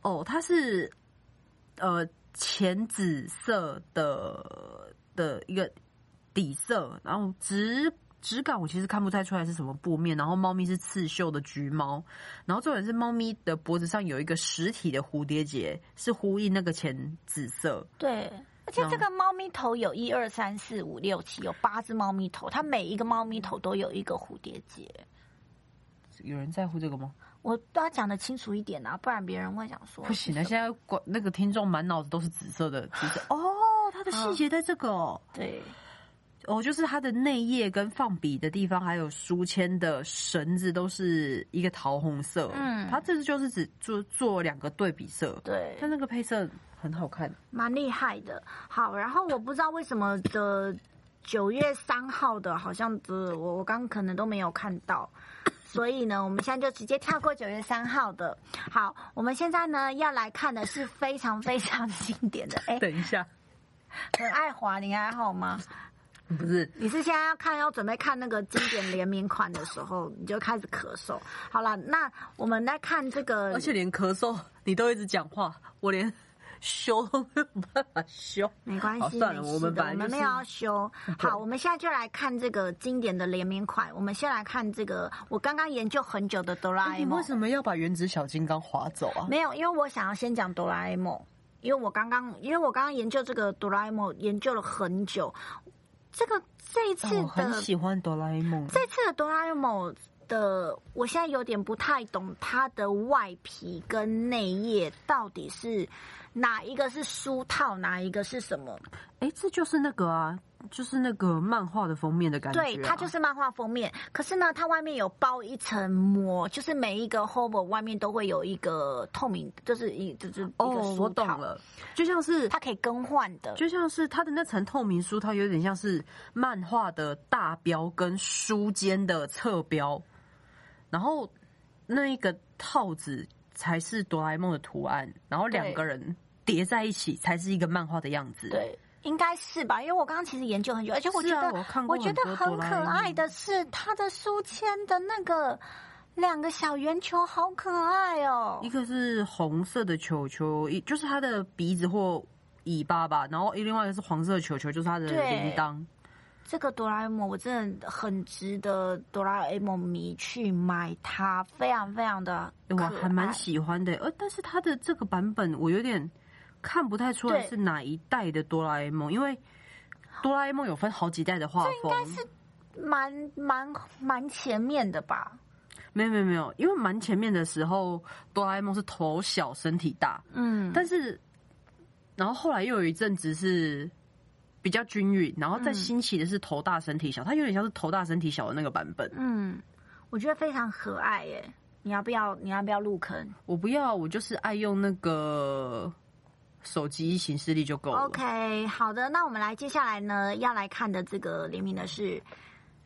Speaker 2: 哦，它是呃浅紫色的的一个底色，然后质质感我其实看不太出来是什么布面，然后猫咪是刺绣的橘猫，然后重点是猫咪的脖子上有一个实体的蝴蝶结，是呼应那个浅紫色。
Speaker 1: 对。而且
Speaker 2: 嗯
Speaker 1: 这个猫咪头有一二三四五六七，有八只猫咪头，它每一个猫咪头都有一个蝴蝶结。
Speaker 2: 有人在乎这个吗？
Speaker 1: 我都要讲的清楚一点啊，不然别人会想说
Speaker 2: 不行啊！
Speaker 1: 是什么
Speaker 2: 现在管那个听众满脑子都是紫色的，紫色哦，它的细节在这个哦。
Speaker 1: 对，
Speaker 2: 哦，就是它的内页跟放笔的地方，还有书签的绳子都是一个桃红色。
Speaker 1: 嗯
Speaker 2: 它这次就是只做做两个对比色，
Speaker 1: 对，
Speaker 2: 但那个配色很好看。
Speaker 1: 蛮厉害的。好，然后我不知道为什么的九月三号的，好像的我我刚可能都没有看到。所以呢，我们现在就直接跳过九月三号的。好，我们现在呢要来看的是非常非常经典的。哎、
Speaker 2: 等一下，
Speaker 1: 很爱华，你还好吗？
Speaker 2: 不是
Speaker 1: 你是现在要看要准备看那个经典联名款的时候，你就开始咳嗽。好了，那我们来看这个
Speaker 2: 而，且连咳嗽你都一直讲话，我连修都没有办法修。
Speaker 1: 没关
Speaker 2: 好
Speaker 1: 系，
Speaker 2: 算了
Speaker 1: 没事
Speaker 2: 我们
Speaker 1: 的
Speaker 2: 本来
Speaker 1: 我们
Speaker 2: 就
Speaker 1: 没
Speaker 2: 是哎
Speaker 1: 有要修。
Speaker 2: (laughs)
Speaker 1: 好，我们现在就来看这个经典的联名款。我们先来看这个我刚刚研究很久的哆啦
Speaker 2: 哎
Speaker 1: A
Speaker 2: 你为
Speaker 1: 梦。
Speaker 2: 什么要把原子小金刚划走啊？
Speaker 1: 没有，因为我想要先讲哆啦 A 梦，因为我刚刚因为我刚刚研究这个哆啦 A 梦研究了很久。这个这一次
Speaker 2: 哦但我很
Speaker 1: 的
Speaker 2: 喜欢哆啦 A 梦，啊
Speaker 1: 这次的哆啦 A 梦的，我现在有点不太懂它的外皮跟内页到底是哪一个是书套，哪一个是什么？
Speaker 2: 哎、这就是那个啊，就是那个漫画的封面的感觉、啊。
Speaker 1: 对，它就是漫画封面。可是呢，它外面有包一层膜，就是每一个 hobo 外面都会有一个透明，就是一就是一个
Speaker 2: 哦，
Speaker 1: 书
Speaker 2: 我懂
Speaker 1: 套，
Speaker 2: 了，就像是
Speaker 1: 它可以更换的。
Speaker 2: 就像是它的那层透明书套，有点像是漫画的大标跟书间的侧标，然后那一个套子才是哆啦 A 梦的图案，然后两
Speaker 1: 对
Speaker 2: 个人叠在一起才是一个漫画的样子。，
Speaker 1: 对，应该是吧？因为我刚刚其实研究很久，而且我觉
Speaker 2: 是啊
Speaker 1: 得、
Speaker 2: 我看过
Speaker 1: 我觉得
Speaker 2: 很
Speaker 1: 很
Speaker 2: 多哆啦
Speaker 1: 可
Speaker 2: A 梦
Speaker 1: 爱的是它的书签的那个两个小圆球，好可爱哦
Speaker 2: 一。个是红色的球球，一就是它的鼻子或尾巴吧，然后另外一个是黄色的球球，就是它的
Speaker 1: 对
Speaker 2: 铃铛。
Speaker 1: 这个哆啦 A 梦我真的很值得哆啦 A 梦迷去买它，非常非常的
Speaker 2: 欸
Speaker 1: 可
Speaker 2: 我
Speaker 1: 爱。
Speaker 2: 还蛮喜欢的、呃，但是它的这个版本我有点看不太出来
Speaker 1: 对
Speaker 2: 是哪一代的哆啦 A 梦，因为哆啦 A 梦有分好几代的画风，
Speaker 1: 蛮蛮蛮前面的吧？
Speaker 2: 没有没有没有，因为蛮前面的时候哆啦 A 梦是头小身体大，
Speaker 1: 嗯，
Speaker 2: 但是然后后来又有一阵子是比较均匀，然后再
Speaker 1: 嗯
Speaker 2: 兴起的是头大身体小，它有点像是头大身体小的那个版本。
Speaker 1: 嗯，我觉得非常可爱耶。你要不要？你要不要入坑
Speaker 2: 我不要，我就是爱用那个手机形式力就够了。
Speaker 1: ？OK，好的，那我们来接下来呢，要来看的这个联名的是《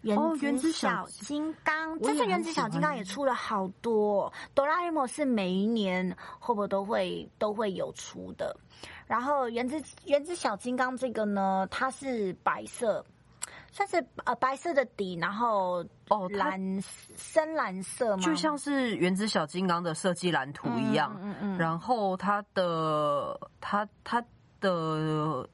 Speaker 1: 原
Speaker 2: 哦原
Speaker 1: 子
Speaker 2: 子
Speaker 1: 小
Speaker 2: 小
Speaker 1: 金刚》
Speaker 2: 我
Speaker 1: 这
Speaker 2: 也
Speaker 1: 次《
Speaker 2: 很
Speaker 1: 原子小金刚》
Speaker 2: 喜欢
Speaker 1: 也出了好多哦、哆啦 A 梦是每一年会不会都会都会有出的。然后原子原子小金刚这个呢，它是白色，算是呃白色的底，然后
Speaker 2: 哦它
Speaker 1: 蓝深蓝色吗？
Speaker 2: 就像是原子小金刚的设计蓝图一样，
Speaker 1: 嗯嗯嗯嗯
Speaker 2: 然后它的它它的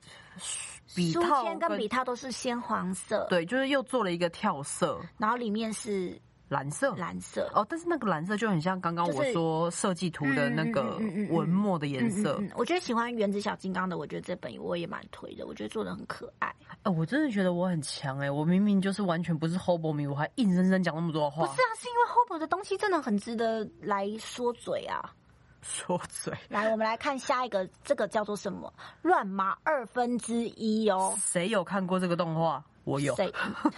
Speaker 2: 笔
Speaker 1: 书
Speaker 2: 套
Speaker 1: 签跟笔套都是鲜黄色，，
Speaker 2: 对，就是又做了一个跳色
Speaker 1: 然后里面是
Speaker 2: 蓝色。
Speaker 1: 蓝色，
Speaker 2: 哦，但是那个蓝色就很像刚刚
Speaker 1: 就
Speaker 2: 我
Speaker 1: 是
Speaker 2: 说设计图的那个
Speaker 1: 嗯嗯嗯嗯嗯嗯
Speaker 2: 文墨的颜色。
Speaker 1: 嗯嗯嗯我觉得喜欢原子小金刚的，我觉得这本我也蛮推的，我觉得做的很可爱。
Speaker 2: 哎、我真的觉得我很强哎、我明明就是完全不是 Hobo 迷，我还硬生生讲那么多
Speaker 1: 不
Speaker 2: 话
Speaker 1: 是，啊，是因为 Hobo 的东西真的很值得来说嘴啊。
Speaker 2: 说嘴。
Speaker 1: 来，我们来看下一个，这个叫做什么？乱麻二分之一哦。
Speaker 2: 谁有看过这个动画？我有。
Speaker 1: 谁？ (laughs)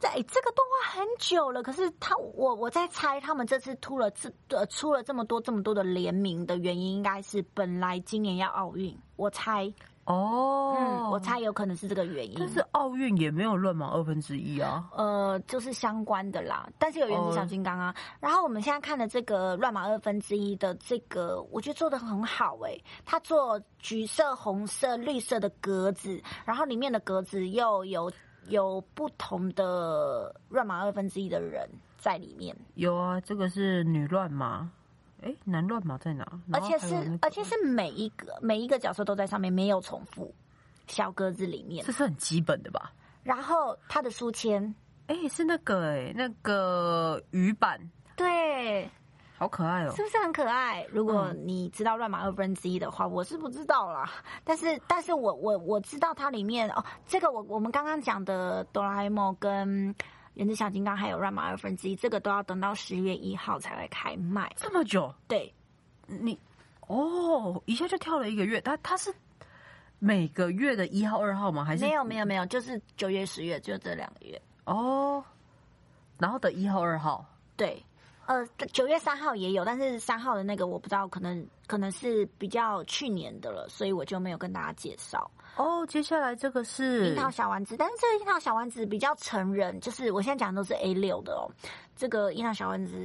Speaker 1: 在、诶这个动画很久了，可是他我我在猜，他们这次出了这呃出了这么多这么多的联名的原因，应该是本来今年要奥运，我猜，
Speaker 2: 哦、
Speaker 1: 嗯，我猜有可能是这个原因。
Speaker 2: 但是奥运也没有乱码二分之一啊。
Speaker 1: 呃，就是相关的啦，但是有原子小金刚啊。
Speaker 2: 哦
Speaker 1: 然后我们现在看的这个乱码二分之一的这个，我觉得做的很好诶、它做橘色、红色、绿色的格子，然后里面的格子又有有不同的乱码二分之一的人在里面，
Speaker 2: 有啊，这个是女乱麻，哎、男乱麻在哪？
Speaker 1: 而
Speaker 2: 然后
Speaker 1: 且
Speaker 2: 还有那
Speaker 1: 是
Speaker 2: 个
Speaker 1: 而且是每一个每一个角色都在上面，没有重复小格子里面
Speaker 2: 这。是很基本的吧？
Speaker 1: 然后它的书签，
Speaker 2: 哎、是那个哎、那个鱼板，
Speaker 1: 对，
Speaker 2: 好可爱哦、
Speaker 1: 是不是很可爱？如果
Speaker 2: 嗯
Speaker 1: 你知道乱码二分之一的话，我是不知道啦。但是，但是我我我知道它里面哦，这个我我们刚刚讲的哆啦 A 梦跟原子小金刚还有乱码二分之一，这个都要等到十月一号才会开卖。
Speaker 2: 这么久，
Speaker 1: 对，
Speaker 2: 你哦，一下就跳了一个月，它它是每个月的一号、二号吗？还是
Speaker 1: 没有没有没有，就是九月十月就这两个月。
Speaker 2: 哦？然后的一号、二号，
Speaker 1: 对，呃，九月三号也有，但是三号的那个我不知道，可能可能是比较去年的了，所以我就没有跟大家介绍。
Speaker 2: 哦，接下来这个是
Speaker 1: 樱桃小丸子，但是这个樱桃小丸子比较成人，就是我现在讲的都是 A 六的哦。这个樱桃小丸子，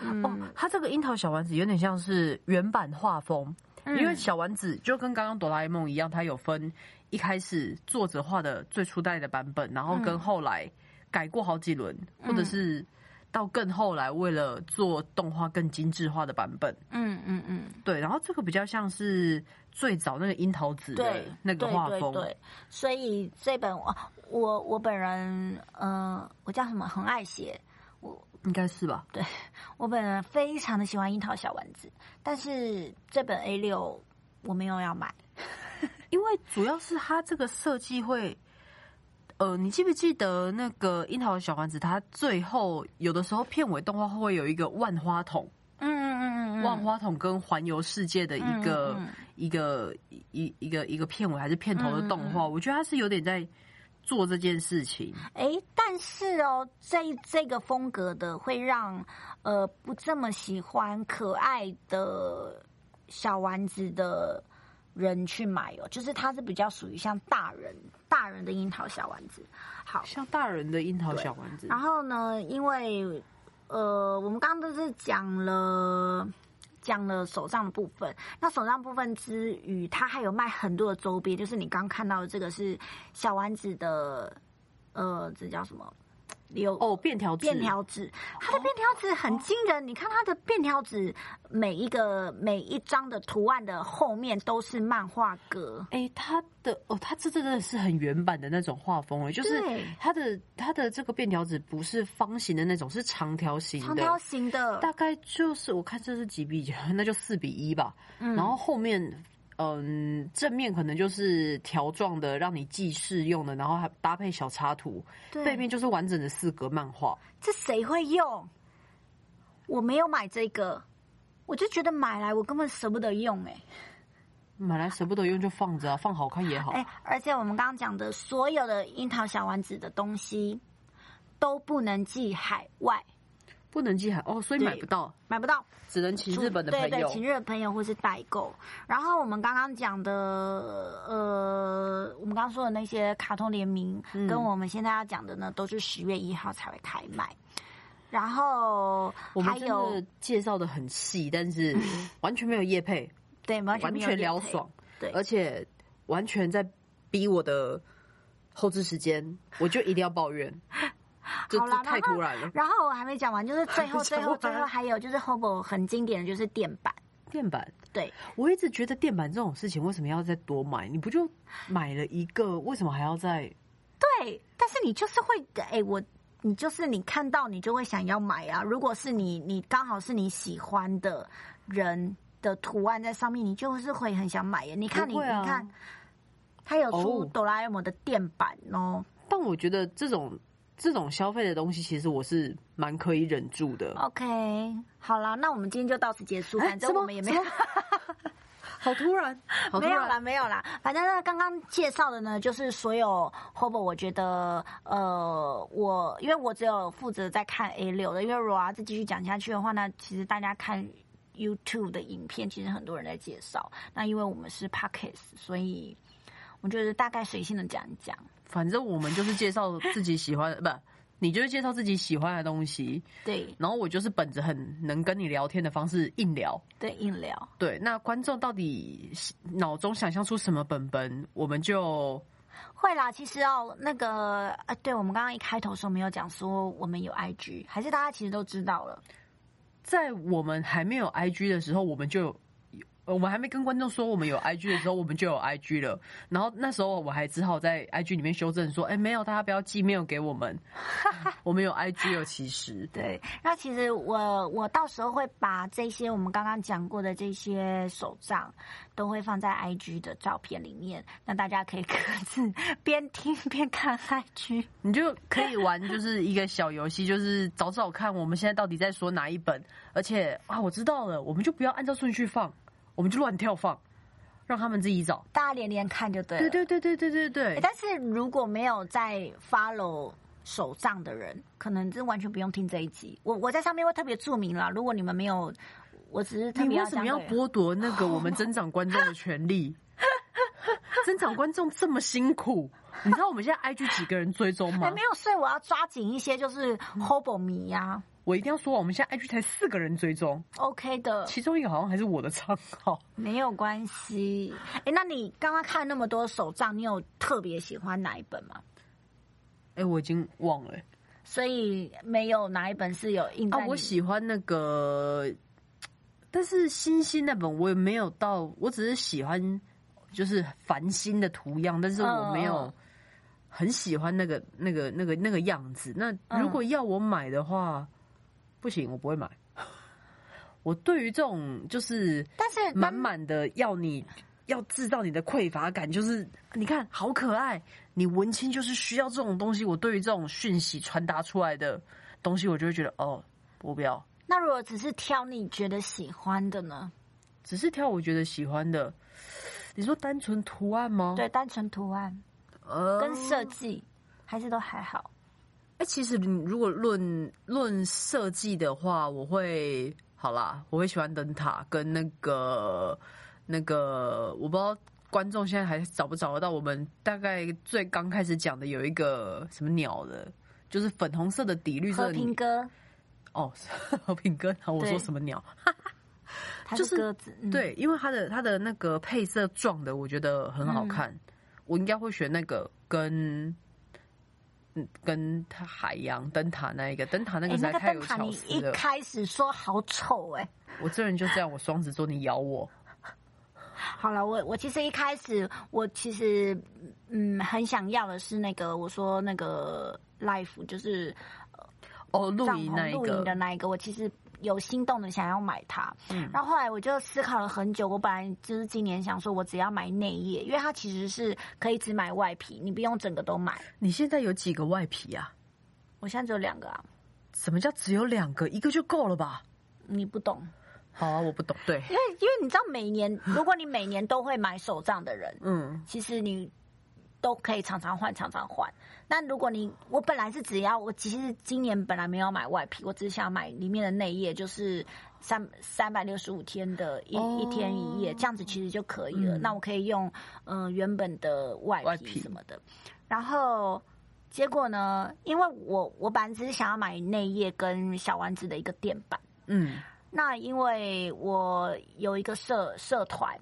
Speaker 1: 嗯，
Speaker 2: 哦，它这个樱桃小丸子有点像是原版画风，
Speaker 1: 嗯
Speaker 2: 因为小丸子就跟刚刚哆啦 A 梦一样，它有分一开始作者画的最初代的版本，然后
Speaker 1: 嗯
Speaker 2: 跟后来改过好几轮，或者是到更后来为了做动画更精致化的版本。
Speaker 1: 嗯嗯嗯，
Speaker 2: 对，然后这个比较像是最早那个樱桃子的
Speaker 1: 对，
Speaker 2: 那个
Speaker 1: 对
Speaker 2: 画
Speaker 1: 对
Speaker 2: 风，
Speaker 1: 对，所以这本我我我本人，呃，我叫什么？很爱写，
Speaker 2: 应该是吧？
Speaker 1: 对我本人非常的喜欢樱桃小丸子，但是这本 A 六我没有要买，
Speaker 2: 因为主要是它这个设计会，呃，你记不记得那个樱桃小丸子？它最后有的时候片尾动画会有一个万花筒，
Speaker 1: 嗯嗯嗯嗯，
Speaker 2: 万花筒跟环游世界的一个、
Speaker 1: 嗯嗯嗯
Speaker 2: 一个一一个一个片尾还是片头的动
Speaker 1: 嗯
Speaker 2: 画，我觉得它是有点在做这件事情。
Speaker 1: 哎，但是哦，这这个风格的会让呃不这么喜欢可爱的小丸子的人去买哦，就是它是比较属于像大人大人的樱桃小丸子。好，
Speaker 2: 像大人的樱桃小丸子，
Speaker 1: 然后呢，因为呃，我们刚刚都是讲了讲了手账的部分，那手账部分之余，它还有卖很多的周边，就是你刚看到的这个是小丸子的，呃，这叫什么？有
Speaker 2: 哦，便条纸
Speaker 1: 便条纸，它的便条纸很惊人。你看它的便条纸，每一个每一张的图案的后面都是漫画格。
Speaker 2: 哎、它的哦，它这真的是很原版的那种画风了，就是
Speaker 1: 对
Speaker 2: 它的它的这个便条纸不是方形的那种，是长条形的。
Speaker 1: 长条形的，
Speaker 2: 大概就是我看这是几比几， (laughs) 那就四比一吧。
Speaker 1: 嗯
Speaker 2: 然后后面，嗯，正面可能就是条状的，让你记事用的，然后还搭配小插图。
Speaker 1: 对
Speaker 2: 背面就是完整的四格漫画。
Speaker 1: 这谁会用？我没有买这个，我就觉得买来我根本舍不得用哎、
Speaker 2: 买来舍不得用就放着啊，放好看也好。
Speaker 1: 哎、而且我们刚刚讲的所有的樱桃小丸子的东西都不能寄海外，
Speaker 2: 不能寄海哦，所以买不到，
Speaker 1: 买不到。
Speaker 2: 只能请
Speaker 1: 除
Speaker 2: 日本的朋友。
Speaker 1: 对对，请日本朋友或是代购。然后我们刚刚讲的，呃，我们刚刚说的那些卡通联名，
Speaker 2: 嗯
Speaker 1: 跟我们现在要讲的呢，都是十月一号才会开卖。然后
Speaker 2: 我
Speaker 1: 还
Speaker 2: 们真
Speaker 1: 有
Speaker 2: 的介绍的很细，但是完全没有业配，
Speaker 1: 对，完全
Speaker 2: 完
Speaker 1: 没有
Speaker 2: 全
Speaker 1: 业
Speaker 2: 聊
Speaker 1: 配
Speaker 2: 爽，
Speaker 1: 对
Speaker 2: 而且完全在逼我的后置时间，我就一定要
Speaker 1: (laughs)
Speaker 2: 抱怨，这
Speaker 1: 好啦
Speaker 2: 这太突然了。
Speaker 1: 然后我还没讲完，
Speaker 2: (laughs)
Speaker 1: 就是最后
Speaker 2: 讲
Speaker 1: 最
Speaker 2: 完
Speaker 1: 后最后还有就是 Hobo 很经典的就是电板，
Speaker 2: 电板，
Speaker 1: 对，
Speaker 2: 我一直觉得电板这种事情为什么要再多买？你不就买了一个，为什么还要再？
Speaker 1: 对，但是你就是会，哎、我你就是你看到你就会想要买啊。如果是你，你刚好是你喜欢的人的图案在上面，你就是会很想买耶。你看你、
Speaker 2: 不会啊
Speaker 1: 你看，他有出
Speaker 2: 哦
Speaker 1: 哆啦 A 梦的电板哦。
Speaker 2: 但我觉得这种这种消费的东西，其实我是蛮可以忍住的。
Speaker 1: OK，好啦，那我们今天就到此结束，
Speaker 2: 哦哎
Speaker 1: 哦反正
Speaker 2: 什么
Speaker 1: 我们也没有。
Speaker 2: (laughs) 好
Speaker 1: (laughs)
Speaker 2: 突然，好突
Speaker 1: 没有
Speaker 2: 然，
Speaker 1: 啦，没有啦，反正呢，刚刚介绍的呢，就是所有 Hobo，我觉得呃，我因为我只有负责在看 A 六的，因为如果要再继续讲下去的话呢，其实大家看 YouTube 的影片，其实很多人在介绍。那因为我们是 Pockets，所以我就是大概随性的讲一讲。
Speaker 2: 反正我们就是介绍自己喜欢，不，你就是介绍自己喜欢的东西，
Speaker 1: 对
Speaker 2: 然后我就是本着很能跟你聊天的方式硬聊。
Speaker 1: 对，硬聊，
Speaker 2: 对，那观众到底脑中想象出什么本本，我们就
Speaker 1: 会啦。其实哦，那个呃，对我们刚刚一开头的时候没有讲说我们有 IG，还是大家其实都知道了。
Speaker 2: 在我们还没有 IG 的时候，我们就有。我们还没跟观众说我们有 IG 的时候，我们就有 IG 了。然后那时候我还只好在 IG 里面修正说：“哎、没有，大家不要寄 mail 给我们， (laughs) 我们有 IG 有其实。”
Speaker 1: 对，那其实我我到时候会把这些我们刚刚讲过的这些手账，都会放在 IG 的照片里面，那大家可以各 (laughs) 自边听边看 IG。
Speaker 2: 你就可以玩，就是一个小游戏，就是找找看我们现在到底在说哪一本。而且啊，我知道了，我们就不要按照顺序放，我们就乱跳放，让他们自己找。哎
Speaker 1: 大家连连看就对了。
Speaker 2: 对对对对对对
Speaker 1: 诶
Speaker 2: 对，
Speaker 1: 但是如果没有在 follow 手账的人，可能真完全不用听这一集。我我在上面会特别注明啦，如果你们没有，我只是特
Speaker 2: 你
Speaker 1: 别
Speaker 2: 为什么要啊
Speaker 1: 讲给
Speaker 2: 剥夺那个我们增长观众的权利？增长观众这么辛苦，你知道我们现在 IG 几个人追踪
Speaker 1: 还
Speaker 2: 吗
Speaker 1: 哎没？有睡，我要抓紧一些就是
Speaker 2: 嗯
Speaker 1: Hobo 迷呀、
Speaker 2: 我一定要说，我们现在 IG 才四个人追踪，
Speaker 1: OK 的。
Speaker 2: 其中一个好像还是我的账号。
Speaker 1: 没有关系。哎、那你刚刚看那么多手账，你有特别喜欢哪一本吗？
Speaker 2: 哎、我已经忘了、
Speaker 1: 所以没有哪一本是有印在
Speaker 2: 啊
Speaker 1: 你、，
Speaker 2: 我喜欢那个，但是星星那本我也没有到，我只是喜欢就是繁星的图样，但是我
Speaker 1: 嗯
Speaker 2: 没
Speaker 1: 嗯
Speaker 2: 有很喜欢那个那个那个那个样子。那
Speaker 1: 嗯
Speaker 2: 如果要我买的话，不行，我不会买。我对于这种就是
Speaker 1: 但是
Speaker 2: 满满的要你要制造你的匮乏感，就是你看好可爱，你文青就是需要这种东西。我对于这种讯息传达出来的东西，我就会觉得哦，我不要，
Speaker 1: 那如果只是挑你觉得喜欢的呢？
Speaker 2: 只是挑我觉得喜欢的。你说单纯图案吗？，
Speaker 1: 对，单纯图案
Speaker 2: 呃，
Speaker 1: 跟设计还是都还好。
Speaker 2: 哎、其实你如果论论设计的话，我会好啦，我会喜欢灯塔跟那个那个，我不知道观众现在还找不找得到我们大概最刚开始讲的有一个什么鸟的，就是粉红色的底绿色
Speaker 1: 和
Speaker 2: 的
Speaker 1: 平
Speaker 2: 鸟
Speaker 1: 鸽，
Speaker 2: 哦， (laughs) 和平鸽，然后我说
Speaker 1: 对
Speaker 2: 什么鸟？
Speaker 1: 它
Speaker 2: 就是
Speaker 1: 是鸽子，嗯，
Speaker 2: 对，因为它的它的那个配色撞的，我觉得很好
Speaker 1: 嗯
Speaker 2: 看，我应该会选那个跟。嗯，跟它海洋灯塔那一个灯塔那
Speaker 1: 哎、
Speaker 2: 个实
Speaker 1: 那
Speaker 2: 在
Speaker 1: 个
Speaker 2: 太
Speaker 1: 灯
Speaker 2: 有
Speaker 1: 塔
Speaker 2: 巧
Speaker 1: 你
Speaker 2: 思
Speaker 1: 一
Speaker 2: 了。
Speaker 1: 开始说好丑哎、
Speaker 2: 我这人就这样，我双子座，你咬我，
Speaker 1: 好了，我我其实一开始我其实嗯很想要的是那个我说那个 life 就是
Speaker 2: 哦，露
Speaker 1: 帐
Speaker 2: 营那
Speaker 1: 篷
Speaker 2: 一
Speaker 1: 露营的
Speaker 2: 个，
Speaker 1: 那一个，我其实有心动的想要买它，
Speaker 2: 嗯
Speaker 1: 然后后来我就思考了很久，我本来就是今年想说我只要买内页，因为它其实是可以只买外皮，你不用整个都买。
Speaker 2: 你现在有几个外皮啊？
Speaker 1: 我现在只有两个啊，
Speaker 2: 什么叫只有两个？一个就够了吧？
Speaker 1: 你不懂，
Speaker 2: 好啊，我不懂，对，
Speaker 1: 因为因为你知道每年如果你每年都会买手账的人，
Speaker 2: 嗯，
Speaker 1: 其实你都可以常常换，常常换。那如果你我本来是只要我其实今年本来没有买外皮，我只是想买里面的内页，就是三三百六十五天的一、
Speaker 2: 哦
Speaker 1: 一天一夜，这样子其实就可以了。
Speaker 2: 嗯
Speaker 1: 那我可以用嗯、呃原本的外
Speaker 2: 外皮
Speaker 1: 皮什么的，然后。结果呢？因为我我本来只是想要买内页跟小丸子的一个垫板，
Speaker 2: 嗯
Speaker 1: 那因为我有一个社社团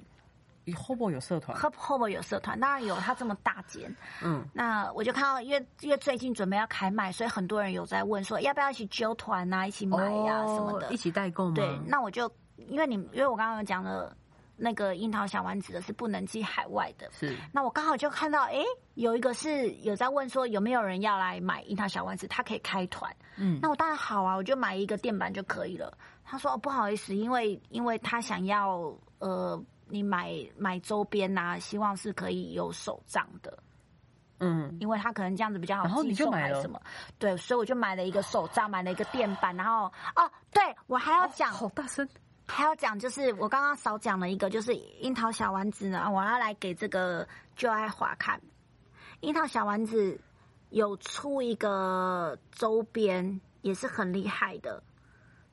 Speaker 2: 你 Hobo 有社团，
Speaker 1: h u b h o b 有社团，当然有它这么大间，
Speaker 2: 嗯，
Speaker 1: 那我就看到，因为因为最近准备要开卖，所以很多人有在问说要不要一起揪团啊，一起买呀、什么的
Speaker 2: 哦一。起代购吗？
Speaker 1: 对，那我就因为你因为我刚刚有讲了，那个樱桃小丸子的是不能寄海外的。
Speaker 2: 是
Speaker 1: 那我刚好就看到，诶，有一个是有在问说有没有人要来买樱桃小丸子，他可以开团。
Speaker 2: 嗯
Speaker 1: 那我当然好啊，我就买一个垫板就可以了。他说、哦、不好意思，因为因为他想要呃，你买买周边呐、希望是可以有手账的。
Speaker 2: 嗯，
Speaker 1: 因为他可能这样子比较
Speaker 2: 然后
Speaker 1: 好
Speaker 2: 你
Speaker 1: 寄
Speaker 2: 就
Speaker 1: 送
Speaker 2: 买
Speaker 1: 还
Speaker 2: 了
Speaker 1: 是什么，对，所以我就买了一个手杖，买了一个垫板，然后哦，对我还要讲，
Speaker 2: 哦好大声，
Speaker 1: 还要讲，就是我刚刚少讲了一个，就是樱桃小丸子呢，我要来给这个就爱华看，樱桃小丸子有出一个周边，也是很厉害的，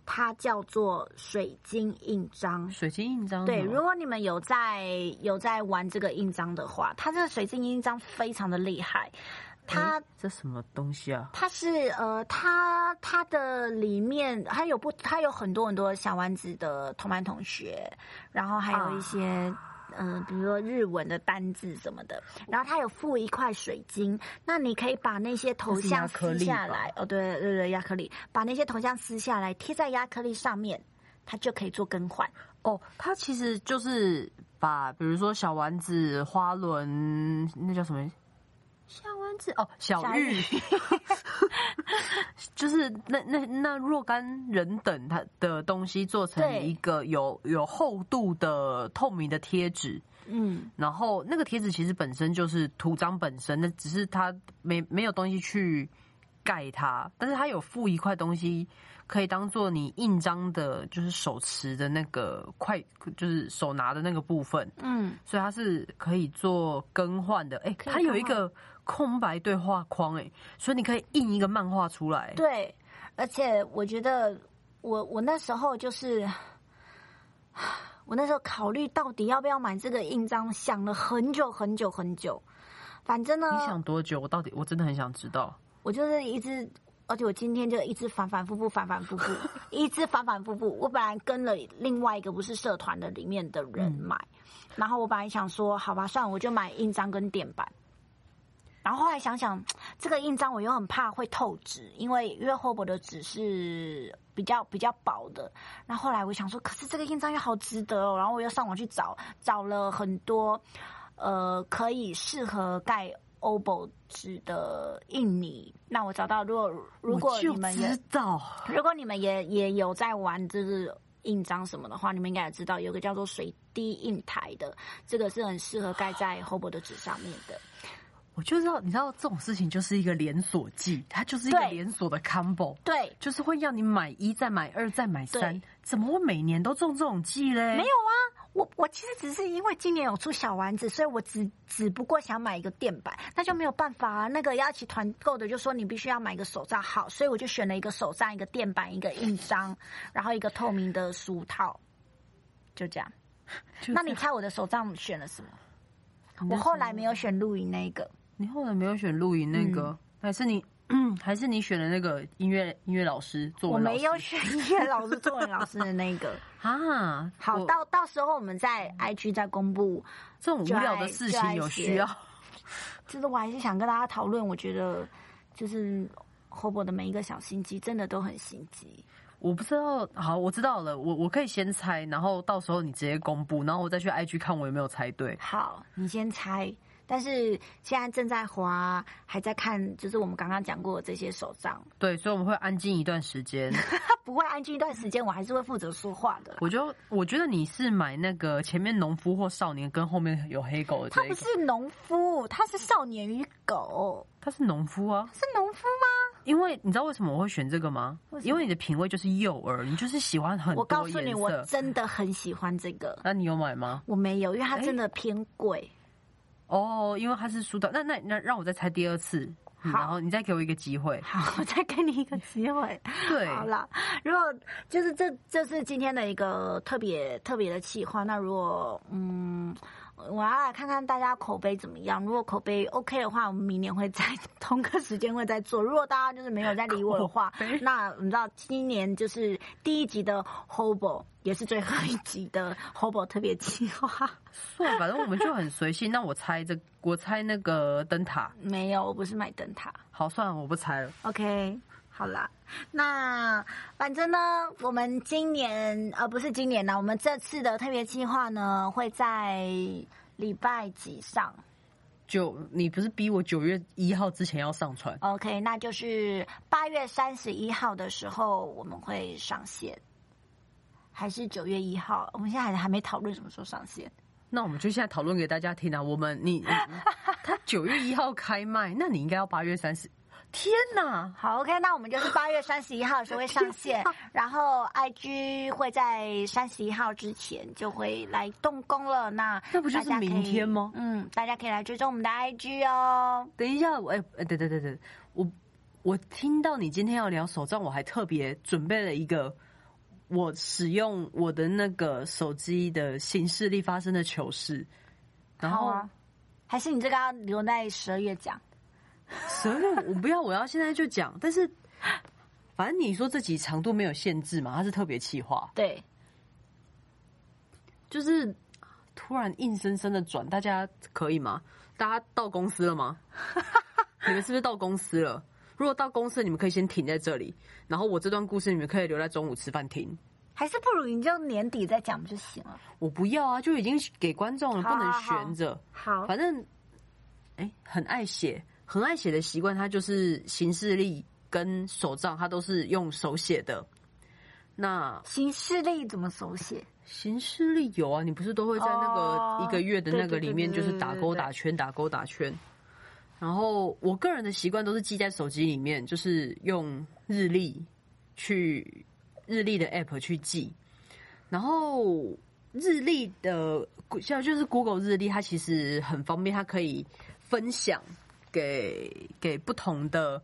Speaker 1: 它叫做水晶印章。
Speaker 2: 水晶印章
Speaker 1: 对，
Speaker 2: 什么
Speaker 1: 如果你们有在有在玩这个印章的话，它这个水晶印章非常的厉害，它
Speaker 2: 诶这什么东西啊？
Speaker 1: 它是呃，它它的里面它有不，它有很多很多小丸子的同班同学，然后还有一些、
Speaker 2: 啊
Speaker 1: 呃，比如说日文的单字什么的，然后它有附一块水晶，那你可以把那些头像
Speaker 2: 它是亚克
Speaker 1: 撕
Speaker 2: 力吧
Speaker 1: 下来，哦，对对对，亚克力，把那些头像撕下来贴在亚克力上面，它就可以做更换。
Speaker 2: 哦，它其实就是把比如说小丸子、花轮，那叫什么？小丸子哦，小
Speaker 1: 小
Speaker 2: 玉， (laughs) 就是那那那若干人等它的东西做成
Speaker 1: 对
Speaker 2: 一个有有厚度的透明的贴纸，
Speaker 1: 嗯，
Speaker 2: 然后那个贴纸其实本身就是图章本身，那只是它没没有东西去盖它，但是它有附一块东西，可以当做你印章的，就是手持的那个块，就是手拿的那个部分， (laughs)
Speaker 1: 嗯，
Speaker 2: 所以它是可以做更换的。哎，
Speaker 1: 可以
Speaker 2: 它有
Speaker 1: 更
Speaker 2: 一个空白对话框，哎，所以你可以印一个漫画出来。
Speaker 1: 对，而且我觉得我我那时候就是，我那时候考虑到底要不要买这个印章，想了很久很久很久。反正呢，
Speaker 2: 你想多久？我到底我真的很想知道。
Speaker 1: 我就是一直，而且我今天就一直反反复复，反反复复，一直反反复复。我本来跟了另外一个不是社团的里面的
Speaker 2: 嗯
Speaker 1: 人买，然后我本来想说，好吧，算了，我就买印章跟垫板。然后后来想想，这个印章我又很怕会透纸，因为因为厚薄的纸是比较比较薄的。然后后来我想说，可是这个印章又好值得哦。然后我又上网去找，找了很多呃可以适合盖 OBO 纸的印泥。那我找到，如果如果
Speaker 2: 我就
Speaker 1: 你们也
Speaker 2: 知道，
Speaker 1: 如果你们也也有在玩，就是印章什么的话，你们应该也知道，有个叫做水滴印台的，这个是很适合盖在 Hobo 的纸上面的。
Speaker 2: 我就知道，你知道这种事情就是一个连锁季，它就是一个
Speaker 1: 对
Speaker 2: 连锁的 combo，
Speaker 1: 对，
Speaker 2: 就是会让你买一再买二再买三
Speaker 1: 对，
Speaker 2: 怎么会每年都中这种季嘞？
Speaker 1: 没有啊，我我其实只是因为今年有出小丸子，所以我只只不过想买一个垫板，那就没有办法啊。那个要一起团购的就说你必须要买一个手账，好，所以我就选了一个手账、一个垫板、一个印章，然后一个透明的书套，就这样。
Speaker 2: 就
Speaker 1: 那
Speaker 2: 这
Speaker 1: 你
Speaker 2: 样
Speaker 1: 猜我的手账选了什么？
Speaker 2: 你
Speaker 1: 我
Speaker 2: 那
Speaker 1: 后
Speaker 2: 时
Speaker 1: 来
Speaker 2: 候
Speaker 1: 没有选露营那一个，
Speaker 2: 你后来没有选露营那个，
Speaker 1: 嗯
Speaker 2: 还是你还是你选的那个音乐音乐老师作
Speaker 1: 我
Speaker 2: 文老师？
Speaker 1: 没有选音乐老师、作文老师的那
Speaker 2: (laughs)
Speaker 1: 个。
Speaker 2: 啊，
Speaker 1: 好，
Speaker 2: 我
Speaker 1: 到到时候我们在 IG 再公布。
Speaker 2: 这种无聊的事情有需要
Speaker 1: 就其实我还是想跟大家讨论，我觉得就是 Hobo 的每一个小心机真的都很心机。
Speaker 2: 我不知道，好，我知道了，我我可以先猜，然后到时候你直接公布，然后我再去 IG 看我有没有猜对。
Speaker 1: 好，你先猜。但是现在正在滑，还在看，就是我们刚刚讲过的这些手账，
Speaker 2: 对，所以我们会安静一段时间。
Speaker 1: 他不会安静一段时间，我还是会负责说话的啦。
Speaker 2: 我就我觉得你是买那个前面农夫或少年跟后面有黑狗的
Speaker 1: 他
Speaker 2: 这一
Speaker 1: 不
Speaker 2: 个，
Speaker 1: 是农夫，他是少年与狗，
Speaker 2: 他是农夫啊，
Speaker 1: 是农夫吗？
Speaker 2: 因为你知道为什么我会选这个吗
Speaker 1: 为？什么
Speaker 2: 因为你的品味就是幼儿，你就是喜欢很
Speaker 1: 我告
Speaker 2: 多
Speaker 1: 诉你，
Speaker 2: 颜
Speaker 1: 我
Speaker 2: 色。
Speaker 1: 真的很喜欢这个，
Speaker 2: 那你有买吗？
Speaker 1: 我没有，因为它
Speaker 2: 哎
Speaker 1: 真的偏贵。
Speaker 2: 哦，因为它是疏导，那那那让我再猜第二次，嗯
Speaker 1: 好
Speaker 2: 然后你再给我一个机会。
Speaker 1: 好， (laughs) 我再给你一个机会。
Speaker 2: (laughs) 对，
Speaker 1: 好啦，如果就是这这是今天的一个特别特别的企划，那如果嗯，我要来看看大家口碑怎么样。如果口碑 OK 的话，我们明年会在同个时间会再做。如果大家就是没有再理我的话
Speaker 2: (laughs) 口碑，
Speaker 1: 那你知道今年就是第一集的 Hobo 也是最后一集的 Hobo 特别企划。 (laughs)
Speaker 2: 算了，反正我们就很随性。那我猜这，我猜那个灯塔。
Speaker 1: 没有，我不是买灯塔。
Speaker 2: 好，算了，我不猜了。
Speaker 1: OK，好啦，那反正呢，我们今年呃不是今年呢，我们这次的特别计划呢会在礼拜几上
Speaker 2: 九，你不是逼我九月一号之前要上传？
Speaker 1: ？OK，那就是八月三十一号的时候我们会上线，还是九月一号？我们现在还还没讨论什么时候上线。
Speaker 2: 那我们就现在讨论给大家听啊。我们你，你他九月一号开卖，那你应该要八月三十。天哪！
Speaker 1: 好，OK，那我们就是八月三十一号的时候会上
Speaker 2: (laughs)
Speaker 1: 线，然后 IG 会在三十一号之前就会来动工了。那
Speaker 2: 那不就是
Speaker 1: 大家可以
Speaker 2: 明天吗
Speaker 1: 嗯，大家可以来追踪我们的 IG 哦。
Speaker 2: 等一下，我哎、哎，对对对对，我我听到你今天要聊手账，我还特别准备了一个我使用我的那个手机的行事力发生的糗事，然
Speaker 1: 好
Speaker 2: 后
Speaker 1: 啊，还是你这个要留在十二月讲。
Speaker 2: 十二月我不要，我要现在就讲，但是反正你说这集长度没有限制嘛，它是特别企划，
Speaker 1: 对，
Speaker 2: 就是突然硬生生的转，大家可以吗？大家到公司
Speaker 1: (laughs)
Speaker 2: 了吗？你们是不是到公司了？如果到公司，你们可以先停在这里，然后我这段故事你们可以留在中午吃饭听。
Speaker 1: 还是不如你就年底再讲不就行了？
Speaker 2: 我不要啊，就已经给观众了，
Speaker 1: 好
Speaker 2: 不能
Speaker 1: 好好
Speaker 2: 悬着。
Speaker 1: 好
Speaker 2: 反正，哎、很爱写，很爱写的习惯，它就是行事历跟手账，它都是用手写的。那
Speaker 1: 行事历怎么手写？
Speaker 2: 行事历有啊，你不是都会在那
Speaker 1: 哦
Speaker 2: 个一个月的那个里面，
Speaker 1: 对
Speaker 2: 就
Speaker 1: 对对
Speaker 2: 是打勾打圈，打勾打圈。然后我个人的习惯都是记在手机里面，就是用日历去日历的 app 去记。然后日历的像就是 Google 日历，它其实很方便，它可以分享给给不同的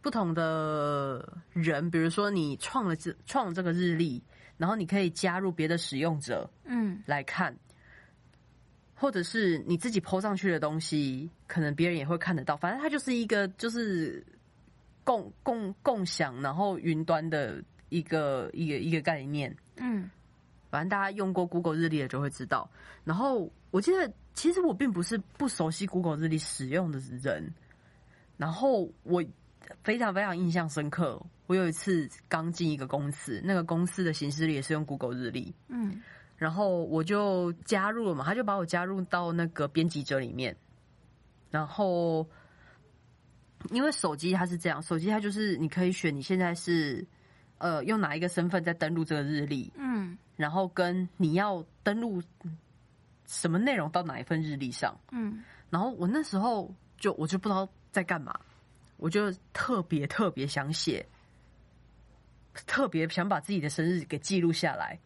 Speaker 2: 不同的人，比如说你创了这创了这个日历，然后你可以加入别的使用者
Speaker 1: 嗯，
Speaker 2: 来看，或者是你自己 PO 上去的东西，可能别人也会看得到。反正它就是一个就是共共共享，然后云端的一个一个一个概念。
Speaker 1: 嗯，
Speaker 2: 反正大家用过 Google 日历的就会知道。然后我记得，其实我并不是不熟悉 Google 日历使用的人。然后我非常非常印象深刻，我有一次刚进一个公司，那个公司的行事历也是用 Google 日历，
Speaker 1: 嗯，
Speaker 2: 然后我就加入了嘛，他就把我加入到那个编辑者里面，然后。因为手机它是这样，手机它就是你可以选你现在是呃用哪一个身份在登录这个日历，
Speaker 1: 嗯
Speaker 2: 然后跟你要登录什么内容到哪一份日历上。
Speaker 1: 嗯
Speaker 2: 然后我那时候就我就不知道在干嘛，我就特别特别想写，特别想把自己的生日给记录下来。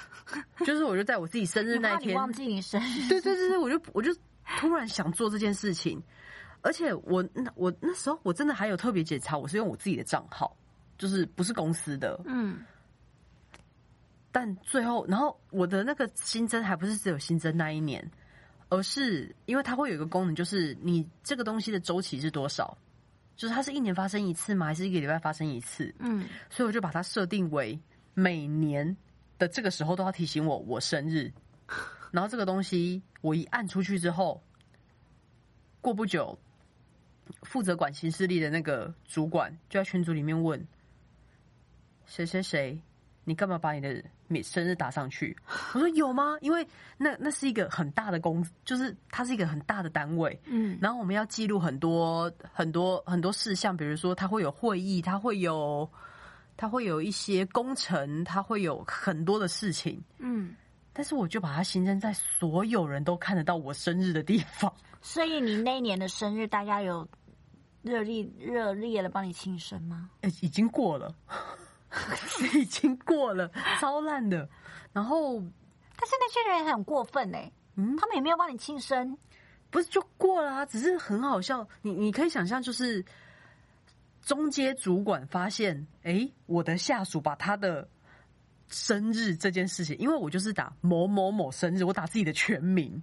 Speaker 2: (laughs) 就是我就在我自己生日
Speaker 1: 你
Speaker 2: 那
Speaker 1: 怕
Speaker 2: 一
Speaker 1: 你
Speaker 2: 天，
Speaker 1: 忘记你生日，
Speaker 2: 对对对对，我就我就突然想做这件事情，而且我那我那时候我真的还有特别检查，我是用我自己的账号，就是不是公司的，
Speaker 1: 嗯
Speaker 2: 但最后，然后我的那个新增还不是只有新增那一年，而是因为它会有一个功能，就是你这个东西的周期是多少，就是它是一年发生一次吗？还是一个礼拜发生一次？
Speaker 1: 嗯
Speaker 2: 所以我就把它设定为每年的这个时候都要提醒我我生日，然后这个东西我一按出去之后，过不久，负责管新势力的那个主管就在群组里面问：“谁谁谁，你干嘛把你的每生日打上去？”我说：“有吗？因为那那是一个很大的公，就是它是一个很大的单位，
Speaker 1: 嗯
Speaker 2: 然后我们要记录很多很多很多事项，比如说它会有会议，它会有它会有一些工程，它会有很多的事情。
Speaker 1: 嗯，
Speaker 2: 但是我就把它形成在所有人都看得到我生日的地方。 (laughs)
Speaker 1: 所以你那一年的生日，大家有热烈热烈的帮你庆生吗？
Speaker 2: 欸已经过了， (laughs) 已经过了，超烂的。然后
Speaker 1: 但是那些人也很过分哎、
Speaker 2: 嗯
Speaker 1: 他们也没有帮你庆生，
Speaker 2: 不是就过了啊，只是很好笑。你你可以想象，就是中阶主管发现，诶，我的下属把他的生日这件事情，因为我就是打某某某生日，我打自己的全名，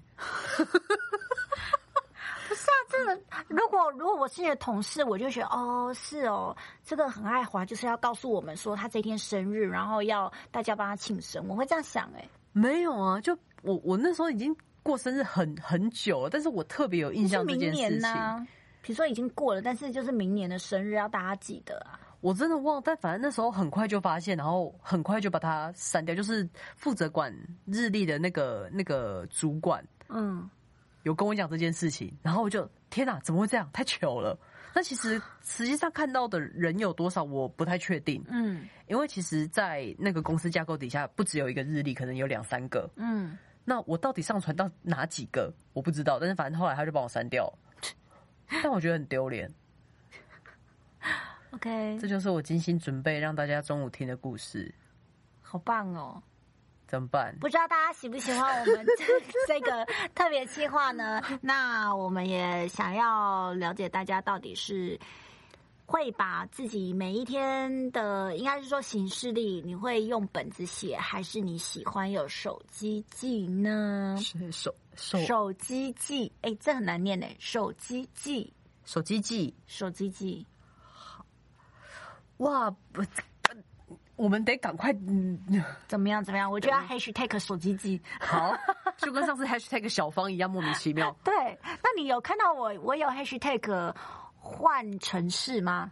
Speaker 1: 不是啊，真的。如果如果我是你的同事，我就觉得哦，是哦，这个很爱华，就是要告诉我们说他这天生日，然后要大家帮他庆生。我会这样想、欸，哎，
Speaker 2: 没有啊，就我我那时候已经过生日很很久了，但是我特别有印
Speaker 1: 是
Speaker 2: 象这
Speaker 1: 明
Speaker 2: 件事
Speaker 1: 年
Speaker 2: 情
Speaker 1: 呢、，比如说已经过了，但是就是明年的生日要大家记得啊。
Speaker 2: 我真的忘了，但反正那时候很快就发现，然后很快就把它删掉，就是负责管日历的那个那个主管。
Speaker 1: 嗯，
Speaker 2: 有跟我讲这件事情，然后我就天哪，怎么会这样？太糗了！那其实实际上看到的人有多少，我不太确定，
Speaker 1: 嗯
Speaker 2: 因为其实，在那个公司架构底下，不只有一个日历，可能有两三个。
Speaker 1: 嗯，
Speaker 2: 那我到底上传到哪几个，我不知道。但是反正后来他就帮我删掉了， (laughs) 但我觉得很丢脸。
Speaker 1: OK，
Speaker 2: 这就是我精心准备让大家中午听的故事，
Speaker 1: 好棒哦！
Speaker 2: 怎么办？
Speaker 1: 不知道大家喜不喜欢我们 (laughs) 这这个特别计划呢？那我们也想要了解大家到底是会把自己每一天的，应该是说行事历，你会用本子写，还是你喜欢有手机记呢？
Speaker 2: 是手手
Speaker 1: 手机记，哎、这很难念呢。手机记，
Speaker 2: 手机记
Speaker 1: 手机记，
Speaker 2: 哇！不，我们得赶快嗯。
Speaker 1: 怎么样？怎么样？我觉得 hashtag 手机记。
Speaker 2: 好，就跟上次 hashtag 小芳一样莫名其 (laughs) 妙。
Speaker 1: 对，那你有看到我我有 hashtag 换城市吗？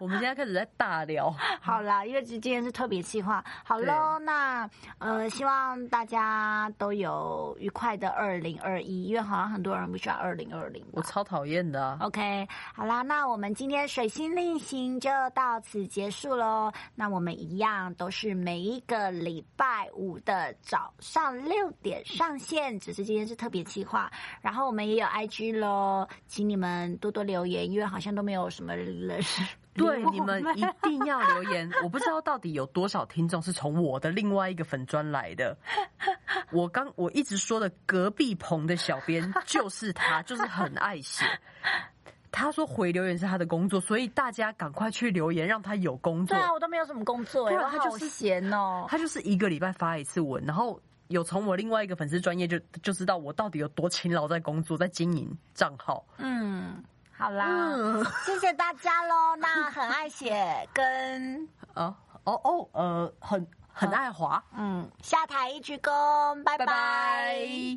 Speaker 2: 我们现在开始在大聊，
Speaker 1: 好啦，因为今天是特别计划，好喽，那呃，希望大家都有愉快的二零二一，因为好像很多人不喜欢二零二零。
Speaker 2: 我超讨厌的、啊。
Speaker 1: OK，好啦，那我们今天水星逆行就到此结束喽。那我们一样都是每一个礼拜五的早上六点上线，只是今天是特别企划。然后我们也有 IG 喽，请你们多多留言，因为好像都没有什么人。
Speaker 2: (laughs)
Speaker 1: (laughs)
Speaker 2: 对，你们一定要留言。 (laughs) 我不知道到底有多少听众是从我的另外一个粉砖来 (laughs) 的。我刚我一直说的隔壁棚的小编就是 (laughs) 他，就是很爱写。他说回留言是他的工作，所以大家赶快去留言，让他有工作
Speaker 1: 对。啊，我都没有什么工作、欸，
Speaker 2: 不然
Speaker 1: 我
Speaker 2: 他就
Speaker 1: 好
Speaker 2: 是
Speaker 1: 闲哦、
Speaker 2: 他就是一个礼拜发一次文，然后有从我另外一个粉丝专业就就知道我到底有多勤劳在工作，在经营账号。
Speaker 1: 嗯，好啦，
Speaker 2: 嗯
Speaker 1: 谢谢大家
Speaker 2: (laughs)
Speaker 1: 喽。那很爱写跟
Speaker 2: 啊，哦哦，呃，很很爱滑，
Speaker 1: 嗯，下台一鞠躬，拜
Speaker 2: 拜
Speaker 1: 拜
Speaker 2: 拜。